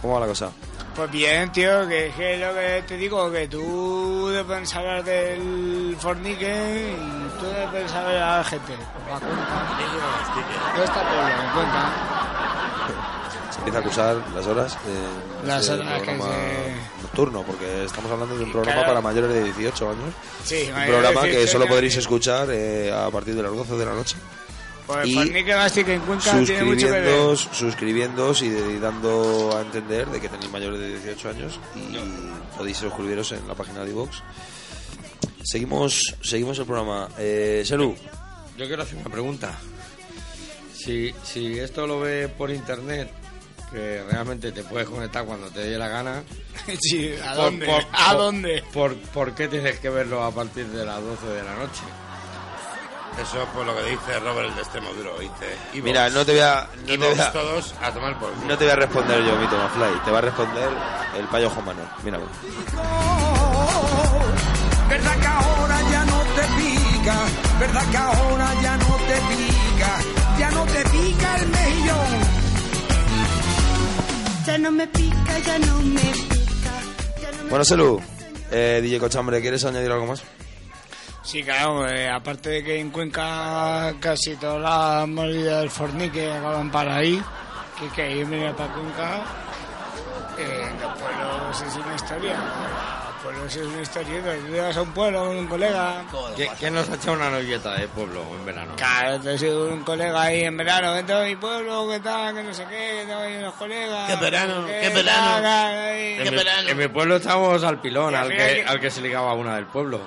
A: ¿Cómo va la cosa?
B: Pues bien, tío, que es que lo que te digo, que tú debes hablar del fornique y tú debes saber a la gente. La cuenta. No está todo en cuenta.
A: Se empieza a acusar las horas de
B: Las
A: este
B: horas que
A: programa
B: se-
A: nocturno, porque estamos hablando de un programa
B: Claro.
A: para mayores de 18 años.
B: Sí,
A: Un
B: mayor
A: programa
B: de
A: que
B: 18
A: solo
B: años.
A: podréis escuchar eh, a partir de las 12 de la noche.
B: Pues
A: y
B: fornique, mastique en cuenta tiene mucho que ver.
A: Suscribiéndoos, suscribiéndoos y, de- y dando a entender de que tenéis mayores de 18 años y podéis suscribiros en la página de iVoox. Seguimos, seguimos el programa. Eh, Seru,
F: Yo quiero hacer una pregunta. Si, si esto lo ves por internet, que realmente te puedes conectar cuando te dé la gana.
B: Sí, ¿a
F: por-
B: dónde?
F: por-
B: ¿A
F: por-
B: dónde?
F: Por, ¿Por qué tienes que verlo a partir de las 12 de la noche?
G: Eso es por lo que dice Robert el de Extremo Duro, dice. Evox.
A: mira, no te voy a, no te voy
G: Evox
A: a-
G: todos a tomar por culo.
A: no te voy a responder yo, Mito Mafly. Te va a responder el payo Juan Manuel. Míralo.
J: ¿Verdad que ahora ya no te pica? ¿Verdad que ahora ya no te pica? Ya no te pica el mejillón.
I: Ya no me pica, ya no me pica.
A: Bueno, Selu, eh, DJ Cochambre, ¿quieres añadir algo más?
B: Sí, claro, eh, aparte de que en Cuenca casi todas las movidas del fornique acaban para ahí, que hay que ir mira para Cuenca, eh, los pueblos es una historia. Los pueblos es una historia, tú llegas a un pueblo con un colega,
F: ¿Qui- ¿Quién nos ha echado una novieta de pueblo en verano?
B: claro, te has ido un colega ahí en verano, vente a mi pueblo, que tal, que no sé qué, que tengo ahí unos colegas.
G: Qué verano,
B: que
G: qué verano.
B: tal, tal, ahí.
F: En mi, en mi pueblo estábamos al pilón,
B: Ya,
F: al
B: mira
F: que,
B: que-
F: al que se ligaba una del pueblo.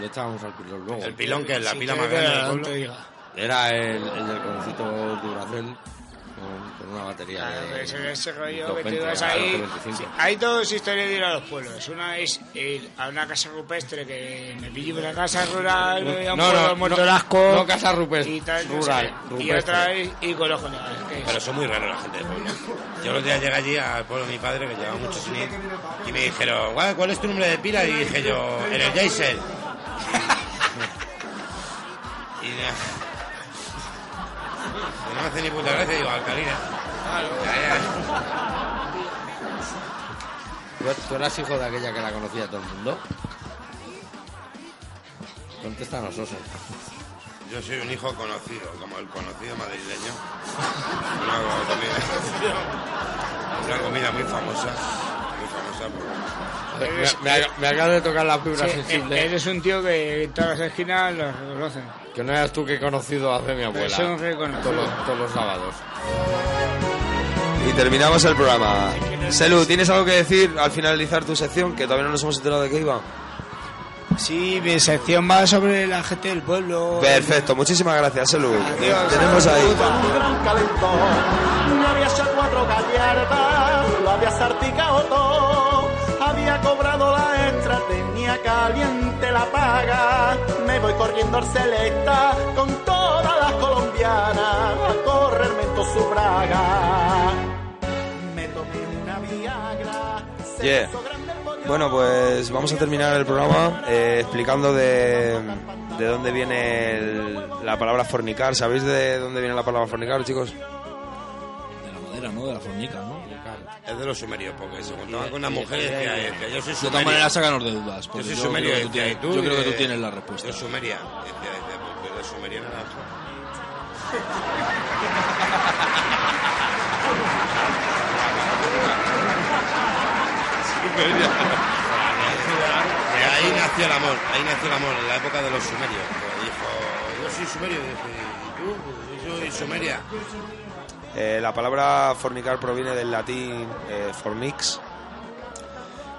F: Le estábamos al pilón luego.
G: El pilón, que es la
B: Si
G: pila
B: te
G: más
B: digo,
G: grande del
B: no te
G: pueblo.
B: diga.
F: Era el, el del conocito Duracel con, con una batería
B: Claro,
F: de.
B: pero ese, ese rollo que
F: 220,
B: te ibas
F: ahora
B: ahí.
F: 225.
B: Sí, hay dos historias de ir a los pueblos. Una es ir a una casa rupestre que me pillo una casa rural, me voy a un
F: No,
B: pueblo
F: no,
B: muerto
F: no,
B: de asco,
F: no casa rupestre,
B: y tal, no sé
F: rural,
B: qué. Y
F: rupestre.
B: otra
A: este-
B: es ir con los colegas. que es-
G: Pero son muy raros la gente de pueblo. Yo los días llegué allí al pueblo de mi padre, que llevaba mucho sin ir, y me dijeron, "Guau, ¿cuál es tu nombre de pila? Y dije yo, Energizer. y no, no me hace ni puta gracia, digo, alcalina. Ya, ya.
F: ¿Tú- ¿Tú eras hijo de aquella que la conocía todo el mundo? Contesta nosotros.
G: Yo soy un hijo conocido, como el conocido madrileño. Una comida, una comida muy famosa, muy famosa por...
F: Me, me, me acabas de tocar la fibra
B: Sí, eh,
F: sensible.
B: eres un tío que en todas las esquinas los reconocen.
F: Que no eras tú que he conocido hace mi abuela.
B: son
F: Todos
B: reconocidos.
F: los, todos los sábados.
A: Y terminamos el programa. Selu, ¿tienes algo que decir al finalizar tu sección? Que todavía no nos hemos enterado de qué iba.
B: Sí, mi sección va sobre la gente del pueblo.
A: Perfecto, muchísimas gracias, Selu.
B: Adiós.
A: Tenemos ahí.
M: Un gran calentón, había hecho cuatro gallardas, lo había sarticado todo, había cobrado la extra, tenía caliente la paga, me voy corriendo al selecta con todas las colombianas, a correrme en toda su braga. Me tomé una viagra, se
A: Yeah.
M: hizo grande el bollo.
A: Bueno, pues vamos a terminar el programa eh, explicando de, de dónde viene el- la palabra fornicar. ¿Sabéis de dónde viene la palabra fornicar, chicos?
C: Madera, ¿no? De la fornica, ¿no?
G: Es de los sumerios, porque se juntaban con unas mujeres
C: eh,
G: que,
C: eh,
G: que yo soy
C: de
G: sumerio.
C: todas maneras, sácanos de dudas, porque
G: Yo soy
C: yo
G: sumerio,
C: creo que tú
G: decía,
C: tienes-
G: ¿y
C: yo creo que tú
G: Eh,
C: tienes la respuesta.
G: Yo sumeria, decía, decía, pues, yo sumeria nada. Eh, Ahí nació el amor, ahí nació el amor, en la época de los sumerios. Pues Dijo, yo soy sumerio, y dije, ¿y tú? Pues yo soy sumeria.
A: Eh, la palabra fornicar proviene del latín eh, fornix,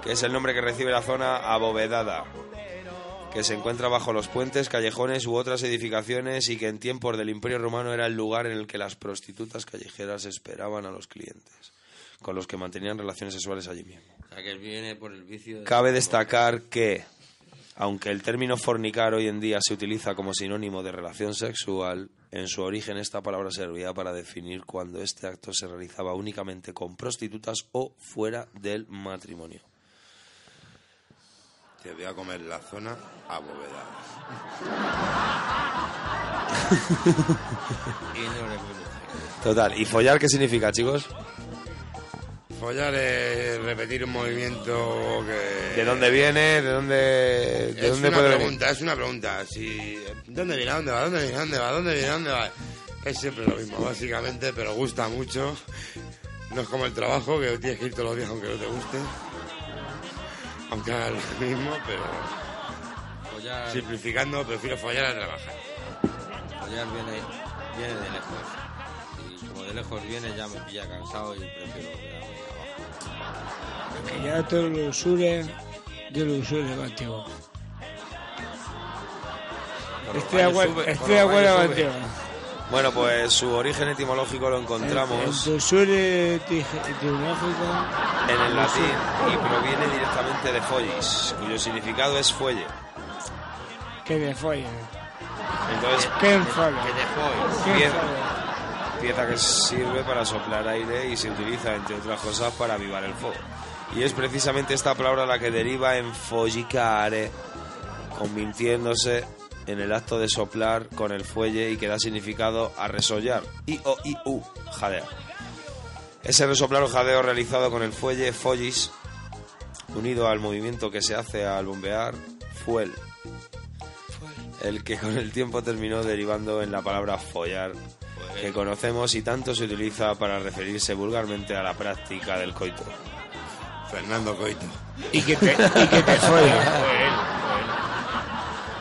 A: que es el nombre que recibe la zona abovedada, que se encuentra bajo los puentes, callejones u otras edificaciones y que en tiempos del Imperio Romano era el lugar en el que las prostitutas callejeras esperaban a los clientes, con los que mantenían relaciones sexuales allí mismo.
H: O sea, que viene por el vicio. de-
A: Cabe destacar que, aunque el término fornicar hoy en día se utiliza como sinónimo de relación sexual, en su origen esta palabra servía para definir cuando este acto se realizaba únicamente con prostitutas o fuera del matrimonio.
G: Te voy a comer la zona abovedada.
A: Total, ¿y follar qué significa, chicos?
G: Follar es repetir un movimiento que...
A: ¿De dónde viene? ¿De dónde, de
G: es
A: dónde
G: una
A: puede venir?
G: pregunta, es una pregunta. Si, ¿Dónde viene? ¿Dónde va? ¿Dónde viene? ¿Dónde va? ¿Dónde viene? ¿Dónde va? Es siempre lo mismo, básicamente, pero gusta mucho. No es como el trabajo, que tienes que ir todos los días aunque no te guste. Aunque hagas lo mismo, pero...
H: Follar,
G: Simplificando, prefiero follar a trabajar.
H: follar viene, viene de lejos. Y como de lejos viene, ya me pilla cansado y prefiero quedarme abajo.
B: Que ya te lo usure, yo lo usure contigo. Estoy de acuerdo- estoy de acuerdo contigo.
A: Bueno, pues su origen etimológico lo encontramos
B: El usure teológico.
A: en el latín y proviene directamente de follis, cuyo significado es fuelle.
B: Que te follen.
A: Entonces,
B: Que follen. Que
A: Pieza,
B: follen.
A: pieza que sirve para soplar aire y se utiliza, entre otras cosas, para avivar el fuego. Y es precisamente esta palabra la que deriva en follicare, convirtiéndose en el acto de soplar con el fuelle y que da significado a resollar. I o i u, jadear. Ese resoplar o jadeo realizado con el fuelle follis, unido al movimiento que se hace al bombear, fuel, el que con el tiempo terminó derivando en la palabra follar, que conocemos y tanto se utiliza para referirse vulgarmente a la práctica del coito.
G: Fernando Coito.
B: Y que te, y que te follen.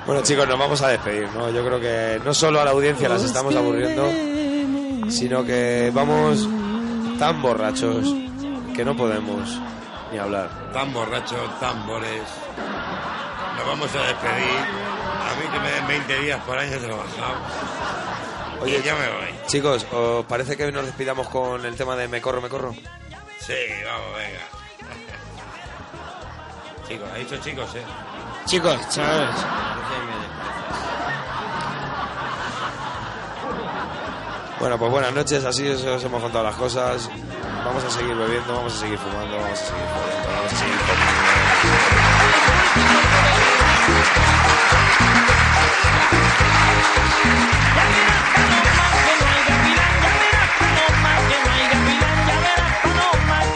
A: Bueno chicos, nos vamos a despedir, ¿no? Yo creo que no solo a la audiencia las estamos aburriendo, sino que vamos tan borrachos que no podemos ni hablar.
G: Tan borrachos, tambores. Nos vamos a despedir. A mí que me den 20 días por año trabajado. Oye, ya me voy.
A: Chicos, ¿os parece que nos despidamos con el tema de me corro, me corro?
G: Sí, vamos, venga. chicos, ha dicho chicos, eh.
B: Chicos, chavales.
A: Bueno, pues buenas noches, así os, os hemos contado las cosas. Vamos a seguir bebiendo, vamos a seguir fumando, vamos a seguir jodiendo, vamos a seguir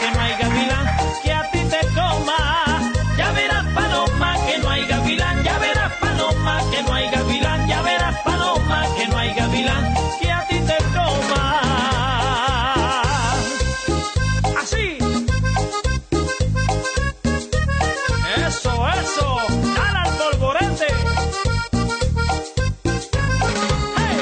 J: que no hay gavilán, que a ti te coma. Ya verás, paloma, que no hay gavilán, ya verás, paloma, que no hay gavilán, ya verás, paloma, que no hay gavilán, que a ti te coma. Así. Eso, eso, dale al polvorete. Hey.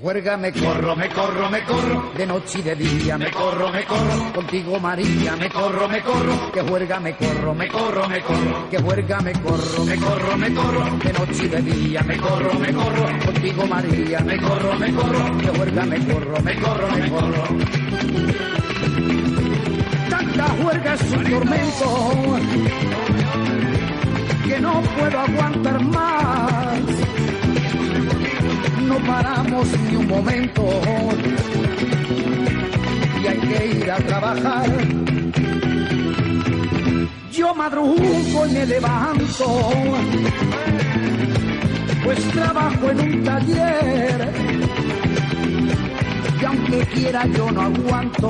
O: juerga me corro, me corro, me corro, de noche y de día me corro, me corro, contigo María me corro, me corro, que juerga me corro, me corro, me corro, que juerga me corro, me corro, me corro, de noche y de día me corro, me corro, contigo María me corro, me corro, que juerga me corro, me corro, me corro. Tanta juerga es un tormento que no puedo aguantar más. No paramos ni un momento y hay que ir a trabajar. Yo madrugo y me levanto, pues trabajo en un taller. Y aunque quiera yo no aguanto,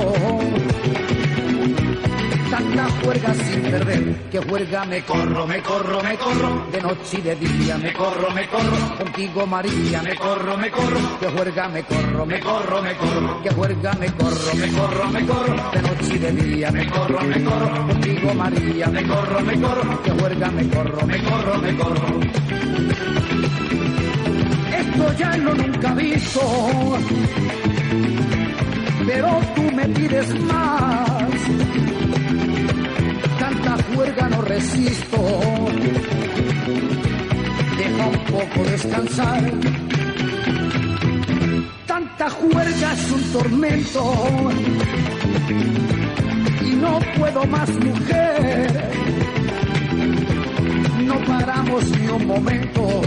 O: tanta juerga sin perder, que juerga me corro, me corro, me corro, de noche y de día me corro, me corro, contigo María me corro, me corro, que juerga me corro, me corro, me corro, que juerga me corro, me corro, me corro, de noche y de día me corro, me corro, contigo María me corro, me corro, que juerga me corro, me corro, me corro. Esto ya lo nunca visto, pero tú me pides más tanta juerga no resisto. Deja un poco descansar. Tanta juerga es un tormento. Y no puedo más, mujer. No paramos ni un momento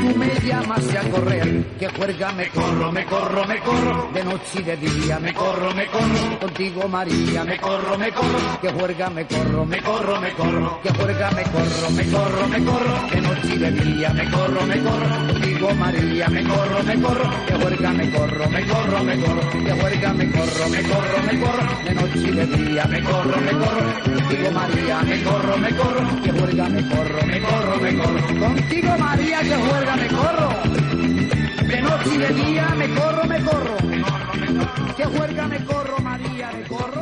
O: tú me llamas a correr, que juerga me corro, me corro, me corro, de noche y de día me corro, me corro, contigo María me corro, me corro, que juerga me corro, me corro, me corro, que juerga me corro, me corro, me corro, de noche y de día me corro, me corro, contigo María me corro, me corro, que juerga me corro, me corro, me corro, que juerga me corro, me corro, me corro, de noche y de día me corro, me corro, contigo María me corro, me corro, que juerga me corro, me corro, me corro, contigo María que juerga me corro. De noche y de día me corro, me corro. Que juerga me corro, María, me corro.